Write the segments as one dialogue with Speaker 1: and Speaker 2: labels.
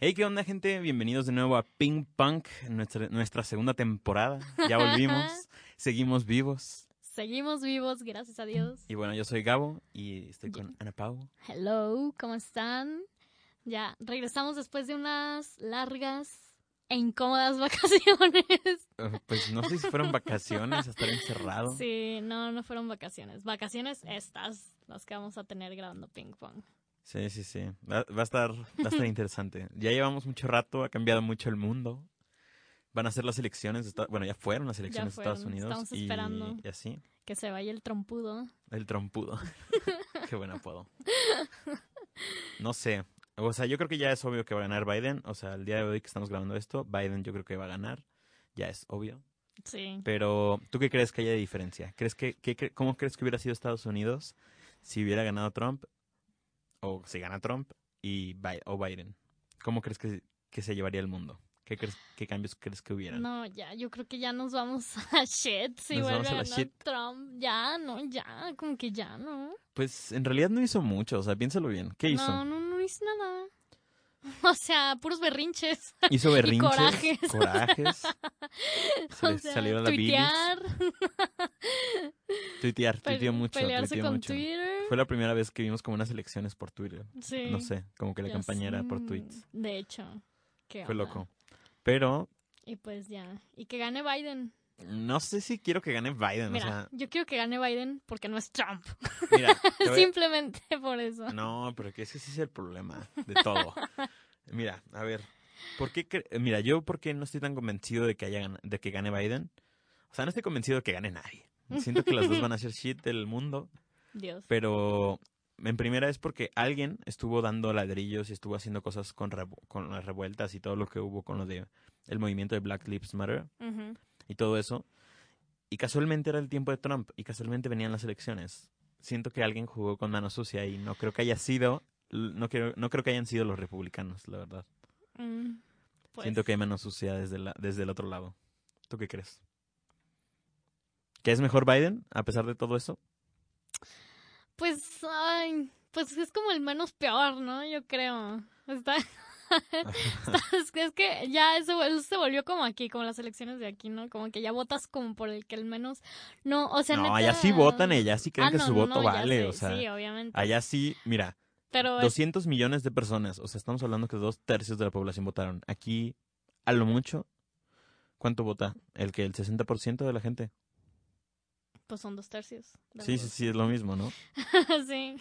Speaker 1: Hey, ¿qué onda, gente? Bienvenidos de nuevo a Ping Punk, nuestra, nuestra segunda temporada. Ya volvimos, seguimos vivos.
Speaker 2: Seguimos vivos, gracias a Dios.
Speaker 1: Y bueno, yo soy Gabo y estoy con Ana Pau.
Speaker 2: Hello, ¿cómo están? Ya regresamos después de unas largas e incómodas vacaciones.
Speaker 1: Eh, Pues no sé si fueron vacaciones, estar encerrado.
Speaker 2: Sí, no, no fueron vacaciones. Vacaciones estas, las que vamos a tener grabando ping pong.
Speaker 1: Sí, sí, sí. Va, va a estar, va a estar interesante. Ya llevamos mucho rato, ha cambiado mucho el mundo. Van a ser las elecciones, de Esta- bueno, ya fueron las elecciones de Estados
Speaker 2: fueron,
Speaker 1: Unidos.
Speaker 2: estamos
Speaker 1: y-
Speaker 2: esperando.
Speaker 1: y así.
Speaker 2: Que se vaya el trompudo.
Speaker 1: El trompudo. Qué buen apodo. No sé. O sea, yo creo que ya es obvio que va a ganar Biden. O sea, el día de hoy que estamos grabando esto, Biden yo creo que va a ganar. Ya es obvio.
Speaker 2: Sí.
Speaker 1: Pero, ¿tú qué crees que haya de diferencia? ¿Crees que, qué cre- ¿Cómo crees que hubiera sido Estados Unidos si hubiera ganado Trump? O si gana Trump y Bi- o Biden. ¿Cómo crees que, que se llevaría el mundo? ¿Qué, crees, ¿Qué cambios crees que hubieran?
Speaker 2: No, ya, yo creo que ya nos vamos a shit. Si
Speaker 1: Nos
Speaker 2: vuelve
Speaker 1: vamos
Speaker 2: a
Speaker 1: a la
Speaker 2: ganar
Speaker 1: shit.
Speaker 2: Trump, ya, no, ya, como que ya, no.
Speaker 1: Pues en realidad no hizo mucho. O sea, piénsalo bien. ¿Qué hizo?
Speaker 2: No, no, no hice nada. O sea, puros berrinches.
Speaker 1: Hizo berrinches,
Speaker 2: corajes.
Speaker 1: corajes. Se
Speaker 2: O
Speaker 1: le
Speaker 2: sea,
Speaker 1: salió la bilis.
Speaker 2: tuitear,
Speaker 1: Tuitear,
Speaker 2: pe-
Speaker 1: tuiteó mucho,
Speaker 2: pelearse
Speaker 1: tuiteó
Speaker 2: con
Speaker 1: mucho.
Speaker 2: Twitter.
Speaker 1: Fue la primera vez que vimos como unas elecciones por Twitter.
Speaker 2: Sí.
Speaker 1: No sé, como que la
Speaker 2: ya
Speaker 1: campaña era por
Speaker 2: sé.
Speaker 1: tweets.
Speaker 2: De hecho. qué
Speaker 1: Fue
Speaker 2: onda.
Speaker 1: loco. Pero
Speaker 2: Y pues ya. Y que gane Biden.
Speaker 1: no sé si quiero que gane Biden.
Speaker 2: Mira,
Speaker 1: O sea,
Speaker 2: yo quiero que gane Biden porque no es Trump.
Speaker 1: mira. te voy-
Speaker 2: Simplemente por eso.
Speaker 1: No, pero que ese sí es el problema de todo. Mira, a ver. ¿Por qué cre- Mira, yo porque no estoy tan convencido de que, haya gan- de que gane Biden. O sea, no estoy convencido de que gane nadie. Siento que las dos van a ser shit del mundo.
Speaker 2: Dios.
Speaker 1: Pero en primera es porque alguien estuvo dando ladrillos y estuvo haciendo cosas con, revu- con las revueltas y todo lo que hubo con lo de el movimiento de Black Lives Matter
Speaker 2: Ujú.
Speaker 1: y todo eso. Y casualmente era el tiempo de Trump y casualmente venían las elecciones. Siento que alguien jugó con mano sucia y no creo que haya sido, no creo, no creo que hayan sido los republicanos, la verdad.
Speaker 2: Mm, pues,
Speaker 1: Siento que hay mano sucia desde, la, desde el otro lado. ¿Tú qué crees? ¿Que es mejor Biden a pesar de todo eso?
Speaker 2: Pues, ay, pues es como el menos peor, ¿no? Yo creo. Está... es que- es que ya eso, eso se volvió como aquí, como las elecciones de aquí, ¿no? Como que ya votas como por el que el menos... No, o sea...
Speaker 1: No,
Speaker 2: neta-
Speaker 1: allá sí votan, allá sí creen
Speaker 2: Ah,
Speaker 1: que
Speaker 2: no,
Speaker 1: su
Speaker 2: no,
Speaker 1: voto
Speaker 2: no, ya
Speaker 1: vale,
Speaker 2: sé,
Speaker 1: o sea,
Speaker 2: Sí, obviamente.
Speaker 1: allá sí, mira,
Speaker 2: Pero es-
Speaker 1: 200 millones de personas, o sea, estamos hablando que dos tercios de la población votaron. Aquí, a lo mucho, ¿cuánto vota? ¿El que el 60% de la gente?
Speaker 2: pues son dos tercios. de
Speaker 1: Sí,
Speaker 2: los
Speaker 1: sí,
Speaker 2: dos.
Speaker 1: sí, es lo mismo, ¿no?
Speaker 2: Sí.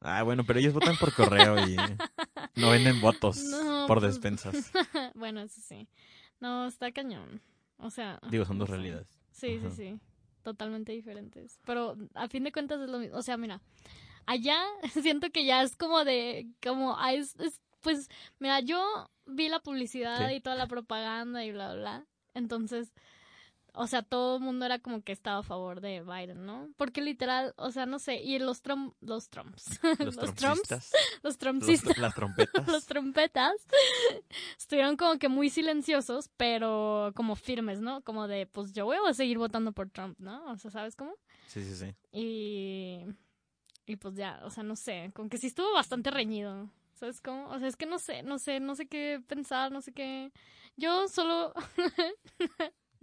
Speaker 1: Ah, bueno, pero ellos votan por correo y no venden votos
Speaker 2: No,
Speaker 1: por
Speaker 2: pues-
Speaker 1: despensas.
Speaker 2: Bueno, eso sí. No, está cañón. O sea...
Speaker 1: Digo, son
Speaker 2: no
Speaker 1: dos
Speaker 2: sé.
Speaker 1: realidades.
Speaker 2: Sí,
Speaker 1: Ajá.
Speaker 2: sí, sí. Totalmente diferentes. Pero a fin de cuentas es lo mismo. O sea, mira, allá siento que ya es como de, como, ah, es, es- pues, mira, yo vi la publicidad
Speaker 1: Sí.
Speaker 2: y toda la propaganda y bla, bla, bla. Entonces, o sea, todo el mundo era como que estaba a favor de Biden, ¿no? Porque literal, o sea, no sé, y los Trump, los Trumps,
Speaker 1: Los,
Speaker 2: los Trumps,
Speaker 1: trompistas,
Speaker 2: los
Speaker 1: los-
Speaker 2: Trumpsistas,
Speaker 1: las trompetas.
Speaker 2: los trompetas estuvieron como que muy silenciosos, pero como firmes, ¿no? Como de, pues yo voy a seguir votando por Trump, ¿no? O sea, ¿sabes cómo?
Speaker 1: Sí, sí, sí.
Speaker 2: Y, y pues ya, o sea, no sé, como que sí estuvo bastante reñido. ¿Sabes cómo? O sea, es que no sé, no sé, no sé qué pensar, no sé qué. Yo solo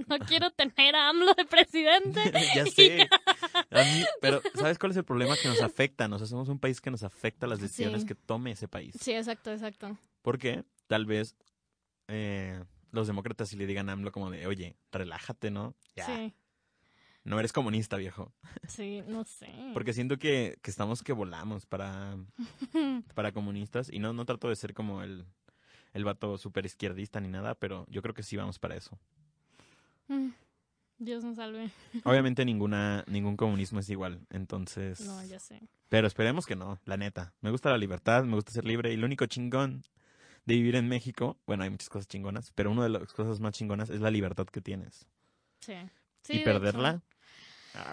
Speaker 2: no quiero tener a AMLO de presidente.
Speaker 1: ya sé. A mí- pero ¿sabes cuál es el problema? Que nos afecta. O sea, somos un país que nos afecta las decisiones
Speaker 2: Sí.
Speaker 1: que tome ese país.
Speaker 2: Sí, exacto, exacto.
Speaker 1: Porque tal vez eh, los demócratas si le digan a AMLO como de, oye, relájate, ¿no? Ya,
Speaker 2: Sí,
Speaker 1: no eres comunista, viejo.
Speaker 2: sí, no sé.
Speaker 1: Porque siento que, que estamos que volamos para, para comunistas. Y no, no trato de ser como el, el vato super izquierdista ni nada, pero yo creo que sí vamos para eso.
Speaker 2: Mm, Dios nos salve.
Speaker 1: Obviamente ninguna, ningún comunismo es igual, entonces...
Speaker 2: No, ya sé.
Speaker 1: Pero esperemos que no, la neta. Me gusta la libertad, me gusta ser libre. Y lo único chingón de vivir en México, bueno, hay muchas cosas chingonas, pero una de las cosas más chingonas es la libertad que tienes.
Speaker 2: Sí. Sí,
Speaker 1: y
Speaker 2: de
Speaker 1: perderla,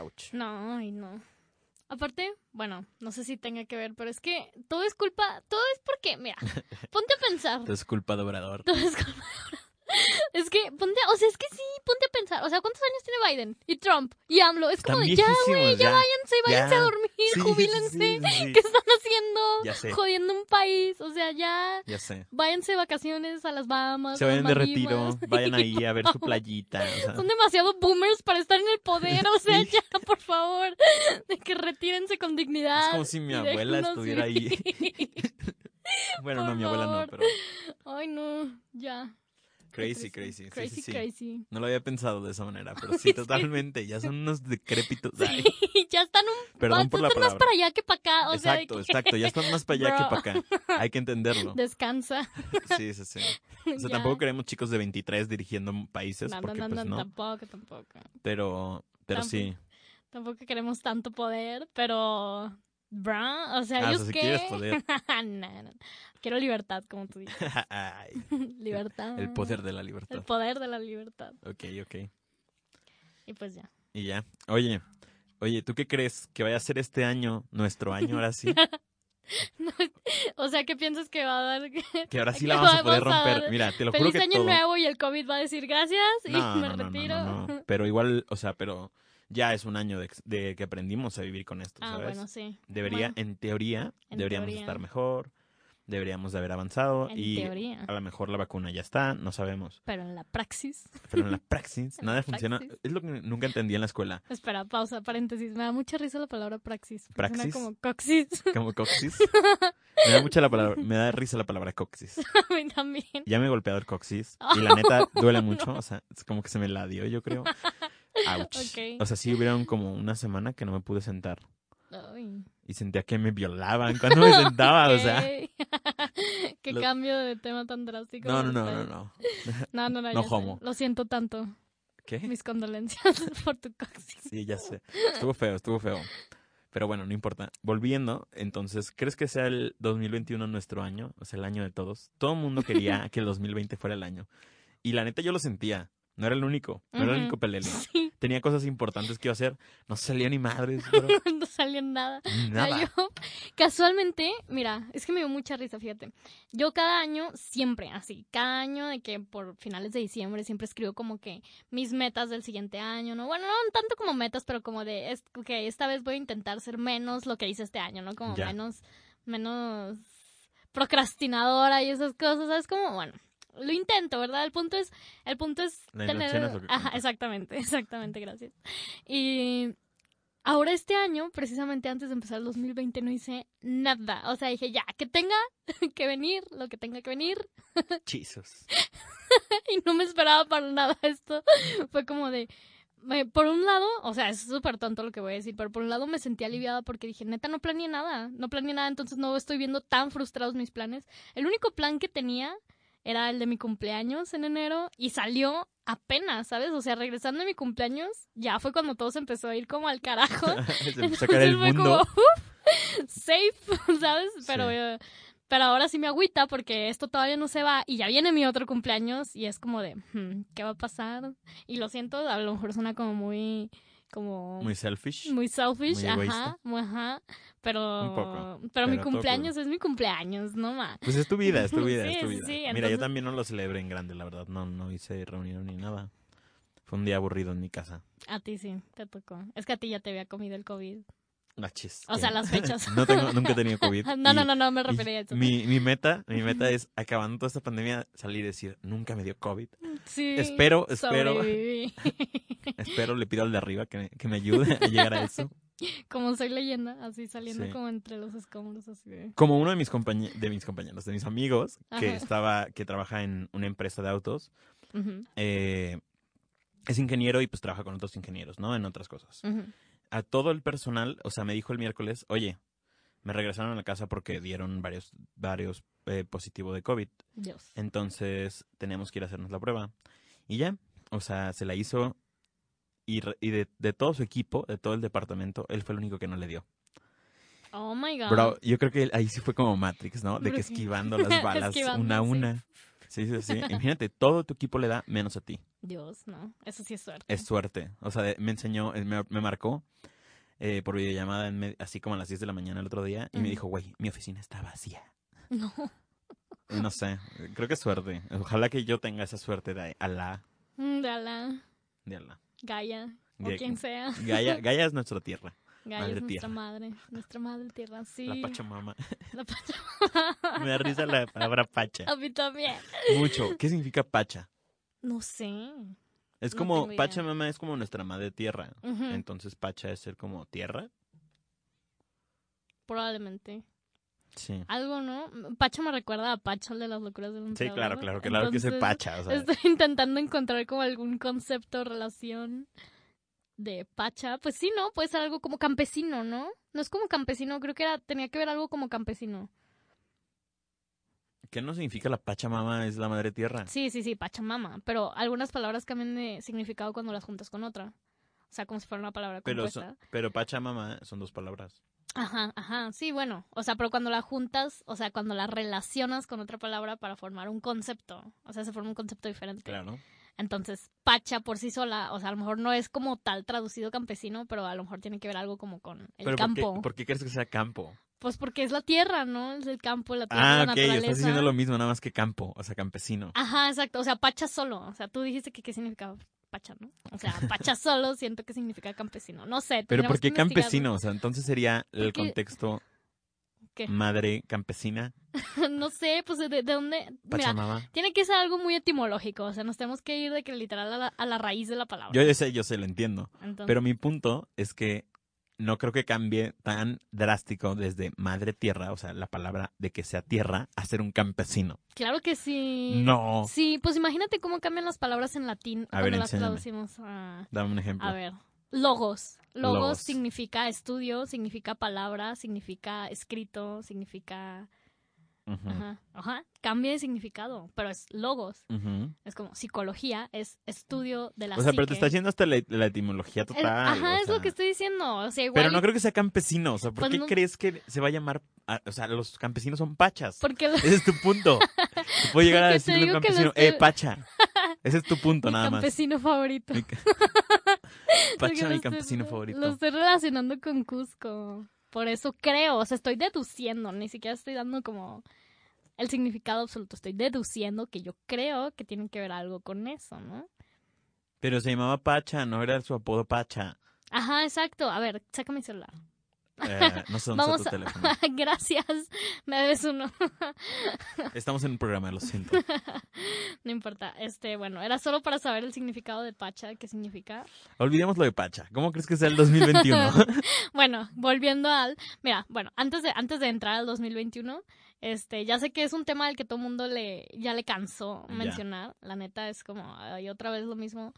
Speaker 1: ouch.
Speaker 2: hecho. No, ay, no. Aparte, bueno, no sé si tenga que ver, pero es que todo es culpa, todo es porque, mira, ponte a pensar,
Speaker 1: Entonces, culpa de Obrador.
Speaker 2: todo es culpa. Es que, ponte, o sea, es que sí, ponte a pensar. O sea, ¿cuántos años tiene Biden? Y Trump. Y AMLO. Es como
Speaker 1: Están
Speaker 2: de, ya, güey,
Speaker 1: viejísimos,
Speaker 2: ya
Speaker 1: ya.
Speaker 2: váyanse, váyanse
Speaker 1: Ya.
Speaker 2: a dormir,
Speaker 1: Sí, sí,
Speaker 2: jubílense.
Speaker 1: sí, sí,
Speaker 2: ¿Qué están haciendo?
Speaker 1: Ya sé.
Speaker 2: Jodiendo un país. O sea, ya.
Speaker 1: Ya sé.
Speaker 2: Váyanse de vacaciones a las Bahamas.
Speaker 1: Se
Speaker 2: a las
Speaker 1: vayan de
Speaker 2: Maldivas.
Speaker 1: retiro, vayan ahí a ver su playita. o sea.
Speaker 2: Son demasiado boomers para estar en el poder. O sea,
Speaker 1: Sí.
Speaker 2: ya, por favor. De que retírense con dignidad.
Speaker 1: Es como si mi
Speaker 2: y
Speaker 1: abuela
Speaker 2: déjenos
Speaker 1: estuviera
Speaker 2: vivir.
Speaker 1: Bueno,
Speaker 2: por
Speaker 1: no, mi abuela no,
Speaker 2: favor.
Speaker 1: pero
Speaker 2: Ay, no. Ya. Qué
Speaker 1: crazy,
Speaker 2: triste.
Speaker 1: crazy. Sí,
Speaker 2: Crazy,
Speaker 1: sí, sí.
Speaker 2: crazy.
Speaker 1: No lo había pensado de esa manera, pero
Speaker 2: Sí.
Speaker 1: sí, totalmente. Ya son unos decrépitos. Ay,
Speaker 2: Sí, ya están un
Speaker 1: perdón por la
Speaker 2: están más
Speaker 1: palabra.
Speaker 2: para allá que para acá. O sea, de
Speaker 1: exacto,
Speaker 2: que
Speaker 1: exacto. Ya están más para allá que
Speaker 2: Bro.
Speaker 1: para acá. Hay que entenderlo.
Speaker 2: descansa.
Speaker 1: Sí, sí, sí. O sea,
Speaker 2: Ya.
Speaker 1: tampoco queremos chicos de 23 dirigiendo países,
Speaker 2: No, no,
Speaker 1: porque
Speaker 2: no,
Speaker 1: pues
Speaker 2: no,
Speaker 1: no.
Speaker 2: Tampoco, tampoco.
Speaker 1: Pero, pero
Speaker 2: Tampoco.
Speaker 1: sí.
Speaker 2: Tampoco queremos tanto poder, pero. Bra, o sea,
Speaker 1: Ah, o
Speaker 2: ellos
Speaker 1: sea, si
Speaker 2: qué?
Speaker 1: quieres poder.
Speaker 2: No, no. Quiero libertad, como tú dices.
Speaker 1: Ay,
Speaker 2: libertad.
Speaker 1: el poder de la
Speaker 2: El
Speaker 1: libertad.
Speaker 2: poder de la libertad.
Speaker 1: Ok, ok.
Speaker 2: Y pues ya.
Speaker 1: Y ya. Oye, oye, ¿tú qué crees que vaya a ser este año, nuestro año ahora sí?
Speaker 2: O sea, ¿qué piensas que va a dar?
Speaker 1: Que ahora sí
Speaker 2: Que
Speaker 1: la vamos a poder
Speaker 2: vamos a-
Speaker 1: romper. Mira, te lo juro
Speaker 2: Feliz
Speaker 1: que
Speaker 2: año
Speaker 1: todo.
Speaker 2: nuevo y el COVID va a decir gracias y
Speaker 1: No,
Speaker 2: me
Speaker 1: no, no, no,
Speaker 2: retiro.
Speaker 1: no, no. Pero igual, o sea, pero ya es un año de, de que aprendimos a vivir con esto,
Speaker 2: Ah,
Speaker 1: ¿sabes?
Speaker 2: bueno, sí.
Speaker 1: Debería,
Speaker 2: Bueno,
Speaker 1: en teoría,
Speaker 2: En
Speaker 1: deberíamos
Speaker 2: teoría.
Speaker 1: estar mejor, deberíamos de haber avanzado
Speaker 2: en
Speaker 1: y
Speaker 2: teoría.
Speaker 1: a lo mejor la vacuna ya está, no sabemos.
Speaker 2: Pero en la praxis.
Speaker 1: Pero en la praxis
Speaker 2: En
Speaker 1: nada
Speaker 2: la
Speaker 1: funciona.
Speaker 2: praxis.
Speaker 1: Es lo que nunca entendí en la escuela.
Speaker 2: Espera, pausa, paréntesis. Me da mucha risa la palabra praxis. porque suena
Speaker 1: ¿Praxis?
Speaker 2: como coxis.
Speaker 1: Como coxis. Me da mucha la palabra, me da risa la palabra coxis.
Speaker 2: A mí también.
Speaker 1: Ya me he golpeado el coxis y la neta duele mucho, o sea, es como que se me la dio, yo creo. Ouch.
Speaker 2: Ok.
Speaker 1: O sea, sí hubieron como una semana que no me pude sentar
Speaker 2: Ay,
Speaker 1: y sentía que me violaban cuando me sentaba, Ah, o sea.
Speaker 2: ok. Qué
Speaker 1: Lo-
Speaker 2: cambio de tema tan drástico.
Speaker 1: No, no, no,
Speaker 2: Está
Speaker 1: no,
Speaker 2: bien.
Speaker 1: no.
Speaker 2: No, no, no.
Speaker 1: No
Speaker 2: ya sé.
Speaker 1: homo.
Speaker 2: Lo siento tanto.
Speaker 1: ¿Qué?
Speaker 2: Mis condolencias por tu coxis.
Speaker 1: Sí, ya sé. Estuvo feo, estuvo feo. Pero bueno, no importa. Volviendo, entonces, ¿crees que sea el 2021 nuestro año? O sea, el año de todos. Todo el mundo quería que el 2020 fuera el año. Y la neta yo lo sentía. No era el único. No era el
Speaker 2: Ujú.
Speaker 1: único pelele.
Speaker 2: Sí,
Speaker 1: Tenía cosas importantes que iba a hacer. No salía ni madres, bro.
Speaker 2: no salió nada. O sea,
Speaker 1: Nada.
Speaker 2: yo, casualmente, mira, es que me dio mucha risa, fíjate. Yo cada año, siempre así, cada año de que por finales de diciembre siempre escribo como que mis metas del siguiente año, ¿no? Bueno, no tanto como metas, pero como de, es, ok, esta vez voy a intentar ser menos lo que hice este año, ¿no? Como
Speaker 1: Ya.
Speaker 2: menos, menos procrastinadora y esas cosas, ¿sabes? Como, bueno, lo intento, ¿verdad? El punto es, el punto es
Speaker 1: La
Speaker 2: tener...
Speaker 1: intención es lo que
Speaker 2: Ajá,
Speaker 1: cuenta.
Speaker 2: exactamente, exactamente, gracias. Y Ahora este año, precisamente antes de empezar el 2020, no hice nada. O sea, dije, ya, que tenga que venir, lo que tenga que venir.
Speaker 1: Chisos.
Speaker 2: Y no me esperaba para nada esto. Fue como de... me- por un lado, o sea, es súper tonto lo que voy a decir, pero por un lado me sentí aliviada porque dije, neta, no planeé nada. No planeé nada, entonces no estoy viendo tan frustrados mis planes. El único plan que tenía era el de mi cumpleaños en enero y salió apenas, ¿sabes? O sea, regresando de mi cumpleaños, ya fue cuando todo se empezó a ir como al carajo.
Speaker 1: Se empezó a caer el
Speaker 2: Entonces fue
Speaker 1: mundo.
Speaker 2: como, "Uf, safe, ¿sabes? Pero,
Speaker 1: Sí.
Speaker 2: eh, pero ahora sí me agüita porque esto todavía no se va y ya viene mi otro cumpleaños y es como de, "Hmm, ¿qué va a pasar? Y lo siento, a lo mejor suena como muy, como
Speaker 1: Muy selfish.
Speaker 2: muy selfish,
Speaker 1: muy
Speaker 2: ajá,
Speaker 1: egoísta.
Speaker 2: muy ajá, pero,
Speaker 1: Un poco,
Speaker 2: pero mi
Speaker 1: pero todo
Speaker 2: cumpleaños es mi cumpleaños, no más.
Speaker 1: Pues es tu vida, es tu vida,
Speaker 2: Sí,
Speaker 1: es tu
Speaker 2: sí,
Speaker 1: vida.
Speaker 2: sí,
Speaker 1: Mira,
Speaker 2: entonces-
Speaker 1: yo también no lo celebré en grande, la verdad. No, no hice reunión ni nada. Fue un día aburrido en mi casa.
Speaker 2: A ti sí, te tocó. Es que a ti ya te había comido el COVID.
Speaker 1: Ah, chis,
Speaker 2: O
Speaker 1: que-
Speaker 2: sea, las fechas.
Speaker 1: No tengo, nunca he tenido COVID.
Speaker 2: No, no,
Speaker 1: y-
Speaker 2: no, no me
Speaker 1: y
Speaker 2: refería a eso.
Speaker 1: Mi, mi meta, mi meta es acabando toda esta pandemia, salir y decir, nunca me dio COVID.
Speaker 2: Sí,
Speaker 1: espero, espero.
Speaker 2: sobreviví.
Speaker 1: Espero, le pido al de arriba que, que me ayude a llegar a eso.
Speaker 2: Como soy leyenda, así saliendo
Speaker 1: Sí.
Speaker 2: como entre los escombros, así de...
Speaker 1: Como uno de mis, compañe- de mis compañeros, de mis amigos, que
Speaker 2: Ajá.
Speaker 1: estaba, que trabaja en una empresa de autos,
Speaker 2: Ujú,
Speaker 1: eh, es ingeniero y pues trabaja con otros ingenieros, ¿no? En otras cosas.
Speaker 2: ujú.
Speaker 1: A todo el personal, o sea, me dijo el miércoles, oye, me regresaron a la casa porque dieron varios, varios eh, positivo de COVID. Eh,
Speaker 2: Dios.
Speaker 1: Entonces tenemos que ir a hacernos la prueba. Y ya, o sea, se la hizo. Y, re- y de, de todo su equipo, de todo el departamento, él fue el único que no le dio.
Speaker 2: Oh my god.
Speaker 1: Bro, yo creo que ahí sí fue como Matrix, ¿no? De que
Speaker 2: Bro, sí.
Speaker 1: esquivando las balas
Speaker 2: Esquivando,
Speaker 1: una a
Speaker 2: sí.
Speaker 1: una. Sí, sí, sí. Imagínate, todo tu equipo le da menos a ti.
Speaker 2: Dios, no. Eso sí es suerte.
Speaker 1: Es suerte. O sea, de- me enseñó, eh, me, me marcó eh, por videollamada en me- así como a las 10 de la mañana el otro día y me
Speaker 2: Ujú.
Speaker 1: dijo, güey, mi oficina está vacía.
Speaker 2: No.
Speaker 1: No sé, creo que es suerte. Ojalá que yo tenga esa suerte de Alá.
Speaker 2: Mm, De Alá,
Speaker 1: De Alá.
Speaker 2: Gaia, o
Speaker 1: Gaia.
Speaker 2: quien sea.
Speaker 1: Gaia, Gaia es nuestra tierra,
Speaker 2: Gaia
Speaker 1: Madre
Speaker 2: es nuestra
Speaker 1: tierra.
Speaker 2: madre, nuestra madre tierra, sí.
Speaker 1: la Pachamama.
Speaker 2: La Pachamama.
Speaker 1: Me da risa la palabra Pacha.
Speaker 2: A mí también.
Speaker 1: Mucho. ¿Qué significa Pacha?
Speaker 2: No sé.
Speaker 1: Es
Speaker 2: No
Speaker 1: como,
Speaker 2: tengo idea. Mm.
Speaker 1: Pachamama es como nuestra madre tierra.
Speaker 2: Ujú,
Speaker 1: Entonces Pacha es ser como tierra.
Speaker 2: Probablemente.
Speaker 1: Sí.
Speaker 2: Algo, ¿no? Pacho me recuerda a Pacho, el de las locuras del
Speaker 1: Sí,
Speaker 2: emperador.
Speaker 1: claro, claro, claro que se
Speaker 2: Entonces,
Speaker 1: Pacha. o sea,
Speaker 2: Estoy intentando encontrar como algún concepto o relación de Pacha. Pues sí, ¿no? Puede ser algo como campesino, ¿no? No es como campesino, creo que era, tenía que ver algo como campesino.
Speaker 1: ¿Qué no significa la Pachamama es la madre tierra?
Speaker 2: Sí, sí, sí, Pachamama. Pero algunas palabras cambian de significado cuando las juntas con otra. O sea, como si fuera una palabra
Speaker 1: Pero,
Speaker 2: compuesta.
Speaker 1: son- pero Pachamama son dos palabras.
Speaker 2: Ajá, ajá, sí, bueno, o sea, pero cuando la juntas, o sea, cuando la relacionas con otra palabra para formar un concepto, o sea, se forma un concepto diferente.
Speaker 1: Claro.
Speaker 2: Entonces, pacha por sí sola, o sea, a lo mejor no es como tal traducido campesino, pero a lo mejor tiene que ver algo como con el
Speaker 1: Pero ¿por qué-
Speaker 2: campo.
Speaker 1: ¿por qué, crees que sea campo?
Speaker 2: Pues porque es la tierra, ¿no? Es el campo, la tierra,
Speaker 1: Ah,
Speaker 2: la
Speaker 1: ok,
Speaker 2: naturaleza.
Speaker 1: estás diciendo lo mismo, nada más que campo, o sea, campesino.
Speaker 2: Ajá, exacto, o sea, pacha solo, o sea, tú dijiste que qué significaba pacha, ¿no? O sea, pacha solo siento que significa campesino, no sé.
Speaker 1: Pero ¿por
Speaker 2: tendríamos que
Speaker 1: qué
Speaker 2: investigarlo.
Speaker 1: campesino? O sea, entonces sería el
Speaker 2: Porque-
Speaker 1: contexto
Speaker 2: ¿Qué?
Speaker 1: madre campesina,
Speaker 2: no sé, pues de, de dónde... Mira,
Speaker 1: Pachamama.
Speaker 2: Tiene que ser algo muy etimológico, o sea, nos tenemos que ir de que literal a la, a la raíz de la palabra.
Speaker 1: Yo, yo sé, yo sé, lo entiendo.
Speaker 2: Entonces,
Speaker 1: Pero mi punto es que no creo que cambie tan drástico desde madre tierra, o sea, la palabra de que sea tierra, a ser un campesino.
Speaker 2: claro que sí.
Speaker 1: No.
Speaker 2: Sí, pues imagínate cómo cambian las palabras en latín
Speaker 1: A
Speaker 2: cuando
Speaker 1: ver,
Speaker 2: las
Speaker 1: enséñame.
Speaker 2: traducimos a...
Speaker 1: Dame un ejemplo.
Speaker 2: A ver, logos. logos.
Speaker 1: Logos.
Speaker 2: significa estudio, significa palabra, significa escrito, significa...
Speaker 1: Ujú,
Speaker 2: Ajá, ajá. Cambia de significado, pero es logos.
Speaker 1: ujú.
Speaker 2: Es como psicología, es estudio de la
Speaker 1: O sea, pero te
Speaker 2: psique.
Speaker 1: estás yendo hasta la, la etimología
Speaker 2: Es-
Speaker 1: total.
Speaker 2: Ajá,
Speaker 1: o
Speaker 2: es lo
Speaker 1: sea.
Speaker 2: que estoy diciendo. O sea, igual...
Speaker 1: Pero no creo que sea campesino. O sea, ¿por
Speaker 2: Pues
Speaker 1: qué
Speaker 2: no-
Speaker 1: crees que se va a llamar? a- o sea, los campesinos son pachas.
Speaker 2: Porque lo-
Speaker 1: Ese es tu punto. Te puedo llegar a
Speaker 2: Porque te
Speaker 1: decirle a un
Speaker 2: digo que
Speaker 1: campesino,
Speaker 2: los que-
Speaker 1: eh, pacha. Ese es tu punto,
Speaker 2: mi
Speaker 1: nada más.
Speaker 2: campesino favorito.
Speaker 1: Mi ca-
Speaker 2: Porque
Speaker 1: pacha,
Speaker 2: lo
Speaker 1: mi
Speaker 2: estoy-
Speaker 1: campesino favorito.
Speaker 2: Lo estoy relacionando con Cusco. Por eso creo, o sea, estoy deduciendo, ni siquiera estoy dando como el significado absoluto. Estoy deduciendo que yo creo que tiene que ver algo con eso, ¿no?
Speaker 1: Pero se llamaba Pacha, no era su apodo Pacha.
Speaker 2: Ajá, exacto. A ver, saca mi celular.
Speaker 1: Eh, no sé dónde
Speaker 2: Vamos
Speaker 1: está
Speaker 2: a-
Speaker 1: tu teléfono.
Speaker 2: Gracias. Me debes uno.
Speaker 1: Estamos en un programa, lo siento.
Speaker 2: No importa. Este, bueno, era solo para saber el significado de Pacha, qué significa.
Speaker 1: Olvidemos lo de Pacha. ¿Cómo crees que sea el 2021?
Speaker 2: Bueno, volviendo al, mira, bueno, antes de antes de entrar al 2021, este, ya sé que es un tema del que todo mundo le ya le cansó
Speaker 1: Ya.
Speaker 2: mencionar, la neta es como ay, otra vez lo mismo,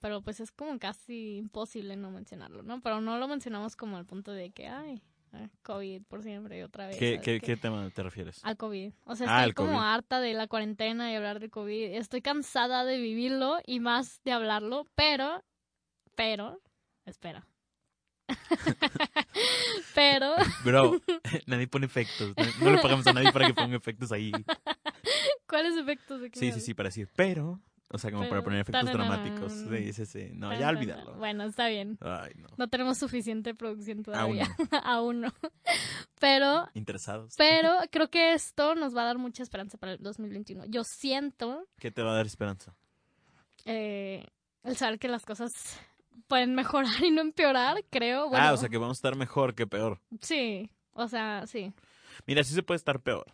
Speaker 2: pero pues es como casi imposible no mencionarlo, ¿no? Pero no lo mencionamos como al punto de que ay, ah, COVID por siempre y otra vez.
Speaker 1: ¿Qué,
Speaker 2: ¿sabes
Speaker 1: qué,
Speaker 2: qué?
Speaker 1: qué tema te refieres?
Speaker 2: Al COVID. O sea,
Speaker 1: Ah,
Speaker 2: estoy
Speaker 1: al
Speaker 2: como
Speaker 1: COVID.
Speaker 2: harta de la cuarentena y hablar de COVID. Estoy cansada de vivirlo y más de hablarlo, pero, pero, espera. pero,
Speaker 1: Bro, nadie pone efectos. No, no le pagamos a nadie para que ponga efectos ahí.
Speaker 2: ¿cuáles efectos de qué
Speaker 1: Sí,
Speaker 2: me
Speaker 1: sí,
Speaker 2: hablas?
Speaker 1: sí, para decir, pero. O sea, como para
Speaker 2: Pero,
Speaker 1: poner efectos
Speaker 2: tararán.
Speaker 1: dramáticos. Sí, sí, sí. No,
Speaker 2: Tan,
Speaker 1: ya
Speaker 2: tan,
Speaker 1: olvídalo.
Speaker 2: tan. Bueno, está bien.
Speaker 1: Ay, no.
Speaker 2: No tenemos suficiente producción
Speaker 1: Aún
Speaker 2: todavía.
Speaker 1: no.
Speaker 2: Aún no. Pero
Speaker 1: Interesados.
Speaker 2: pero creo que esto nos va a dar mucha esperanza para el 2021. Yo siento
Speaker 1: ¿Qué te va a dar esperanza?
Speaker 2: eh, el saber que las cosas pueden mejorar y no empeorar, creo. Bueno,
Speaker 1: Ah, o sea, que vamos a estar mejor que peor.
Speaker 2: sí, o sea, sí.
Speaker 1: Mira, sí se puede estar peor.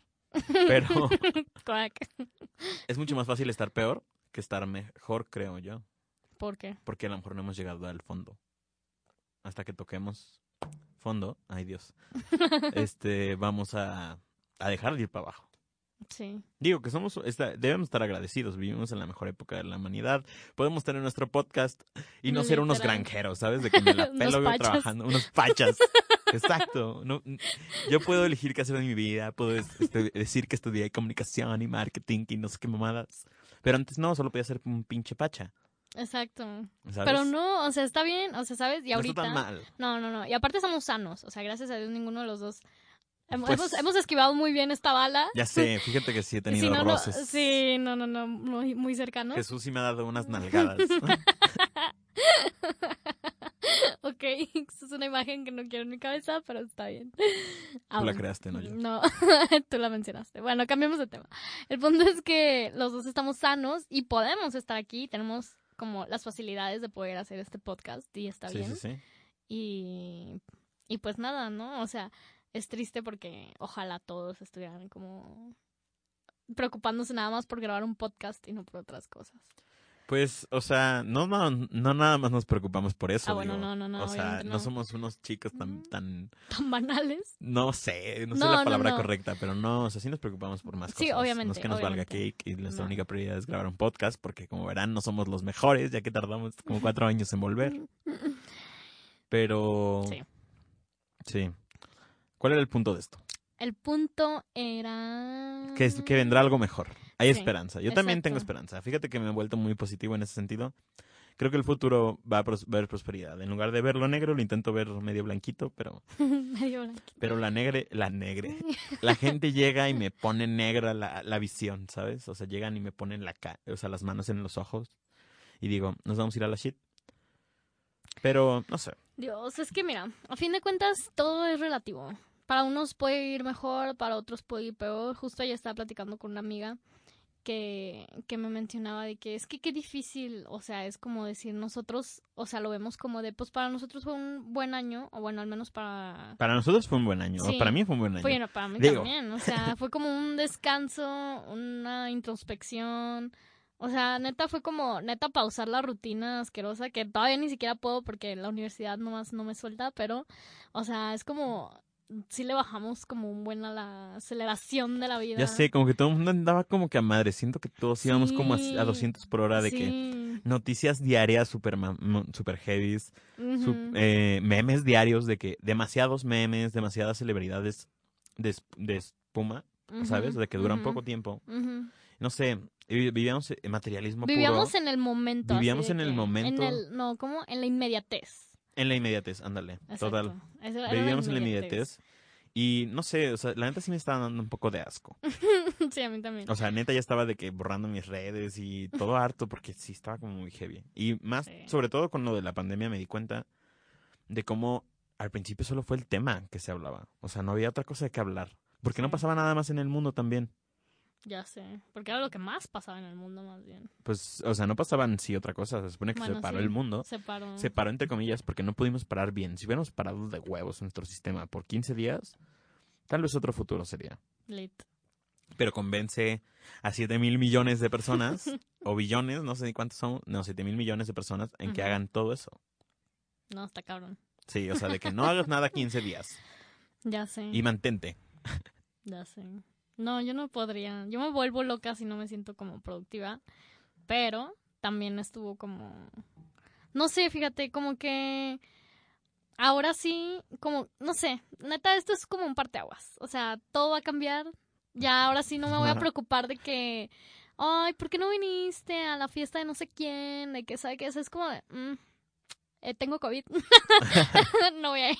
Speaker 1: Pero
Speaker 2: Cuac.
Speaker 1: es mucho más fácil estar peor que estar mejor, creo yo.
Speaker 2: ¿Por qué?
Speaker 1: Porque a lo mejor no hemos llegado al fondo. Hasta que toquemos fondo, ay Dios, este, vamos a, a dejar de ir para abajo.
Speaker 2: Sí.
Speaker 1: Digo que somos, está- debemos estar agradecidos, vivimos en la mejor época de la humanidad, podemos tener nuestro podcast y no ser unos
Speaker 2: Literal.
Speaker 1: granjeros, ¿sabes? De que me la
Speaker 2: Unos
Speaker 1: pelo yo
Speaker 2: pachas.
Speaker 1: trabajando, unos pachas. Exacto. No, n- yo puedo elegir qué hacer de mi vida, puedo es- este, decir que estudié comunicación y marketing y no sé qué mamadas. Pero antes no, solo podía ser un pinche pacha,
Speaker 2: Exacto.
Speaker 1: ¿sabes?
Speaker 2: Pero no, o sea, está bien, o sea, ¿sabes? Y
Speaker 1: No está
Speaker 2: ahorita...
Speaker 1: tan mal.
Speaker 2: No, no, no. Y aparte estamos sanos, o sea, gracias a Dios ninguno de los dos... hem-
Speaker 1: Pues-
Speaker 2: hemos, hemos esquivado muy bien esta bala.
Speaker 1: Ya sé, fíjate que sí he
Speaker 2: Y
Speaker 1: tenido
Speaker 2: no, no-
Speaker 1: roces.
Speaker 2: sí, no, no, no, muy, muy cercanos.
Speaker 1: Jesús sí me ha dado unas nalgadas.
Speaker 2: ok, Ok, eso es una imagen que no quiero en mi cabeza, pero está bien.
Speaker 1: Tú la
Speaker 2: Aún.
Speaker 1: creaste, ¿no? Yo.
Speaker 2: No, tú la mencionaste. Bueno, cambiemos de tema. El punto es que los dos estamos sanos y podemos estar aquí. Tenemos como las facilidades de poder hacer este podcast y está
Speaker 1: sí,
Speaker 2: bien.
Speaker 1: sí, sí.
Speaker 2: Y, y pues nada, ¿no? O sea, es triste porque ojalá todos estuvieran como preocupándose nada más por grabar un podcast y no por otras cosas. Ah,
Speaker 1: Pues, o sea, no, no, no nada más nos preocupamos por eso.
Speaker 2: Ah, bueno,
Speaker 1: digo.
Speaker 2: no, no, no,
Speaker 1: O sea,
Speaker 2: obviamente
Speaker 1: no.
Speaker 2: no.
Speaker 1: somos unos chicos tan,
Speaker 2: Mm.
Speaker 1: tan,
Speaker 2: Tan banales.
Speaker 1: no sé, no, sé
Speaker 2: No,
Speaker 1: la
Speaker 2: no,
Speaker 1: palabra
Speaker 2: no.
Speaker 1: correcta, pero no, o sea, sí nos preocupamos por más
Speaker 2: Sí,
Speaker 1: cosas. No es
Speaker 2: obviamente,
Speaker 1: que nos valga
Speaker 2: obviamente.
Speaker 1: cake y nuestra
Speaker 2: No.
Speaker 1: única prioridad es grabar un podcast, porque como verán, no somos los mejores, ya que tardamos como cuatro años en volver. Pero...
Speaker 2: Sí.
Speaker 1: Sí. ¿Cuál era el punto de esto?
Speaker 2: El punto era...
Speaker 1: que, es- que vendrá algo mejor. Hay
Speaker 2: Sí,
Speaker 1: esperanza. Yo también tengo
Speaker 2: exacto.
Speaker 1: esperanza. Fíjate que me he vuelto muy positivo en ese sentido. Creo que el futuro va a pros- ver prosperidad. En lugar de verlo negro, lo intento ver medio blanquito, pero,
Speaker 2: Medio blanquito.
Speaker 1: pero la negre, la negre. La gente llega y me pone negra la, la visión, ¿sabes? O sea, llegan y me ponen la ca- o sea, las manos en los ojos y digo, nos vamos a ir a la shit. Pero, no sé.
Speaker 2: Dios, es que mira, a fin de cuentas todo es relativo. Para unos puede ir mejor, para otros puede ir peor. Justo ayer estaba platicando con una amiga que, que me mencionaba de que es que qué difícil, o sea, es como decir nosotros, o sea, lo vemos como de, pues para nosotros fue un buen año, o bueno, al menos para...
Speaker 1: Para nosotros fue un buen año. o
Speaker 2: Sí.
Speaker 1: Para mí fue un buen año.
Speaker 2: Bueno, para mí
Speaker 1: Digo.
Speaker 2: también, o sea, fue como un descanso, una introspección. O sea, neta fue como, neta pausar la rutina asquerosa que todavía ni siquiera puedo porque la universidad nomás no me suelta, pero, o sea, es como, sí le bajamos como un buen a la aceleración de la vida.
Speaker 1: Ya sé, como que todo el mundo andaba como que a madre. Siento que todos íbamos como a, a
Speaker 2: Sí.
Speaker 1: 200 por hora de que
Speaker 2: sí. noticias
Speaker 1: noticias diarias super, ma- mo- super heavies, su- eh, memes diarios de que demasiados memes, demasiadas celebridades de, es- de espuma, eh, ¿sabes? De que duran poco tiempo. No sé, vi- vivíamos eh, materialismo
Speaker 2: Vivíamos
Speaker 1: puro
Speaker 2: en el momento. así
Speaker 1: Vivíamos
Speaker 2: de
Speaker 1: en el
Speaker 2: que-
Speaker 1: momento.
Speaker 2: En el, no, como en la inmediatez.
Speaker 1: en la inmediatez, ándale,
Speaker 2: Exacto.
Speaker 1: total.
Speaker 2: Eso era
Speaker 1: Vivíamos en la inmediatez. Y no sé, o sea, la neta sí me estaba dando un poco de asco.
Speaker 2: sí, a mí también.
Speaker 1: O sea, neta ya estaba de que borrando mis redes y todo harto porque sí estaba como muy heavy. Y más,
Speaker 2: Sí.
Speaker 1: sobre todo con lo de la pandemia me di cuenta de cómo al principio solo fue el tema que se hablaba. O sea, no había otra cosa de qué hablar. Porque no
Speaker 2: Sí.
Speaker 1: pasaba nada más en el mundo también.
Speaker 2: Ya sé, porque era lo que más pasaba en el mundo más bien.
Speaker 1: Pues, o sea, no pasaban sí otra cosa. Se supone que se
Speaker 2: Bueno,
Speaker 1: paró
Speaker 2: sí.
Speaker 1: el mundo.
Speaker 2: Se paró.
Speaker 1: Se paró entre comillas porque no pudimos parar bien. Si hubiéramos parado de huevos nuestro sistema por 15 días, tal vez otro futuro sería.
Speaker 2: Lit.
Speaker 1: pero convence a 7 mil millones de personas, o billones, no sé ni cuántos son, no, 7 mil millones de personas en que
Speaker 2: Ujú.
Speaker 1: hagan todo eso.
Speaker 2: No, está cabrón.
Speaker 1: Sí, o sea, de que no hagas nada 15 días
Speaker 2: Ya sé,
Speaker 1: y mantente.
Speaker 2: ya sé. No, yo no podría. Yo me vuelvo loca si no me siento como productiva. Pero también estuvo como... No sé, fíjate, como que... Ahora sí, como, no sé, neta, esto es como un parteaguas. O sea, todo va a cambiar. Ya ahora sí no me voy a preocupar de que, ay, ¿por qué no viniste a la fiesta de no sé quién? De que, ¿sabe qué? O sea, Es como de, "Mm, eh, tengo COVID. no voy a ir.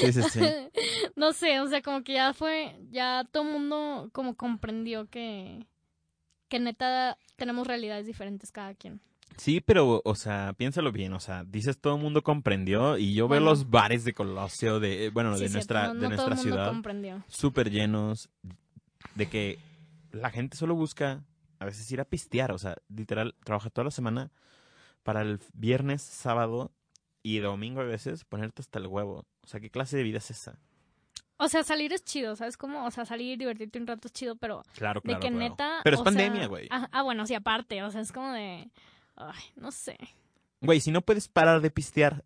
Speaker 1: Sí, sí, sí.
Speaker 2: no sé, o sea, como que ya fue, ya todo el mundo como comprendió que, que neta tenemos realidades diferentes cada quien.
Speaker 1: Sí, pero, o sea, piénsalo bien, o sea, dices todo el mundo comprendió y yo
Speaker 2: Bueno.
Speaker 1: veo los bares de Colosio, de, eh, bueno,
Speaker 2: Sí,
Speaker 1: de
Speaker 2: cierto,
Speaker 1: nuestra,
Speaker 2: no,
Speaker 1: de
Speaker 2: no
Speaker 1: nuestra
Speaker 2: todo el mundo
Speaker 1: ciudad,
Speaker 2: comprendió.
Speaker 1: súper llenos, de que la gente solo busca a veces ir a pistear, o sea, literal, trabaja toda la semana para el viernes, sábado y domingo a veces ponerte hasta el huevo. O sea, ¿qué clase de vida es esa?
Speaker 2: O sea, salir es chido, ¿sabes cómo? O sea, salir, divertirte un rato es chido, pero
Speaker 1: Claro,
Speaker 2: De
Speaker 1: claro.
Speaker 2: que
Speaker 1: claro.
Speaker 2: neta.
Speaker 1: Pero es
Speaker 2: o sea,
Speaker 1: pandemia, güey.
Speaker 2: Ah, ah, bueno, sí, aparte. O sea, es como de. Ay, no sé.
Speaker 1: Güey, si no puedes parar de pistear,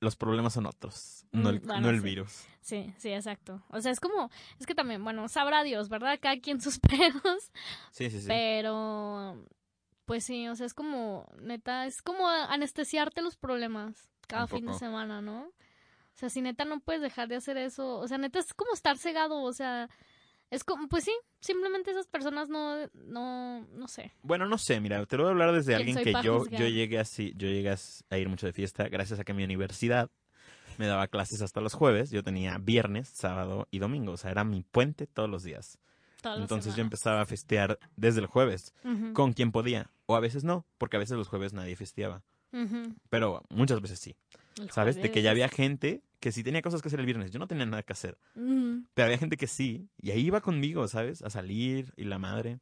Speaker 1: los problemas son otros, no el,
Speaker 2: Mm, bueno,
Speaker 1: no el
Speaker 2: sí.
Speaker 1: virus.
Speaker 2: Sí, sí, exacto. O sea, es como. Es que también, bueno, sabrá Dios, ¿verdad? Cada quien sus pedos.
Speaker 1: Sí, sí, sí.
Speaker 2: Pero. Pues sí, o sea, es como. Neta, es como anestesiarte los problemas cada
Speaker 1: Un
Speaker 2: fin de
Speaker 1: poco.
Speaker 2: semana, ¿no? O sea, si neta no puedes dejar de hacer eso. O sea, neta es como estar cegado. O sea. Es como, pues sí, simplemente esas personas no, no, no sé.
Speaker 1: Bueno, no sé, mira, te lo voy a hablar desde
Speaker 2: ¿Quién
Speaker 1: alguien
Speaker 2: soy
Speaker 1: que
Speaker 2: pa'
Speaker 1: yo,
Speaker 2: juzgar?
Speaker 1: yo llegué así, yo llegué as- a ir mucho de fiesta gracias a que mi universidad me daba clases hasta los jueves. Yo tenía viernes, sábado y domingo, o sea, era mi puente todos los días.
Speaker 2: todas las
Speaker 1: Entonces yo
Speaker 2: semanas.
Speaker 1: empezaba a festear desde el jueves,
Speaker 2: Ujú,
Speaker 1: con quien podía, o a veces no, porque a veces los jueves nadie festeaba.
Speaker 2: ujú.
Speaker 1: pero muchas veces sí.
Speaker 2: Híjole,
Speaker 1: ¿Sabes? De que ya había gente que sí tenía cosas que hacer el viernes. Yo no tenía nada que hacer.
Speaker 2: Ujú.
Speaker 1: Pero había gente que sí. Y ahí iba conmigo, ¿sabes? A salir y la madre.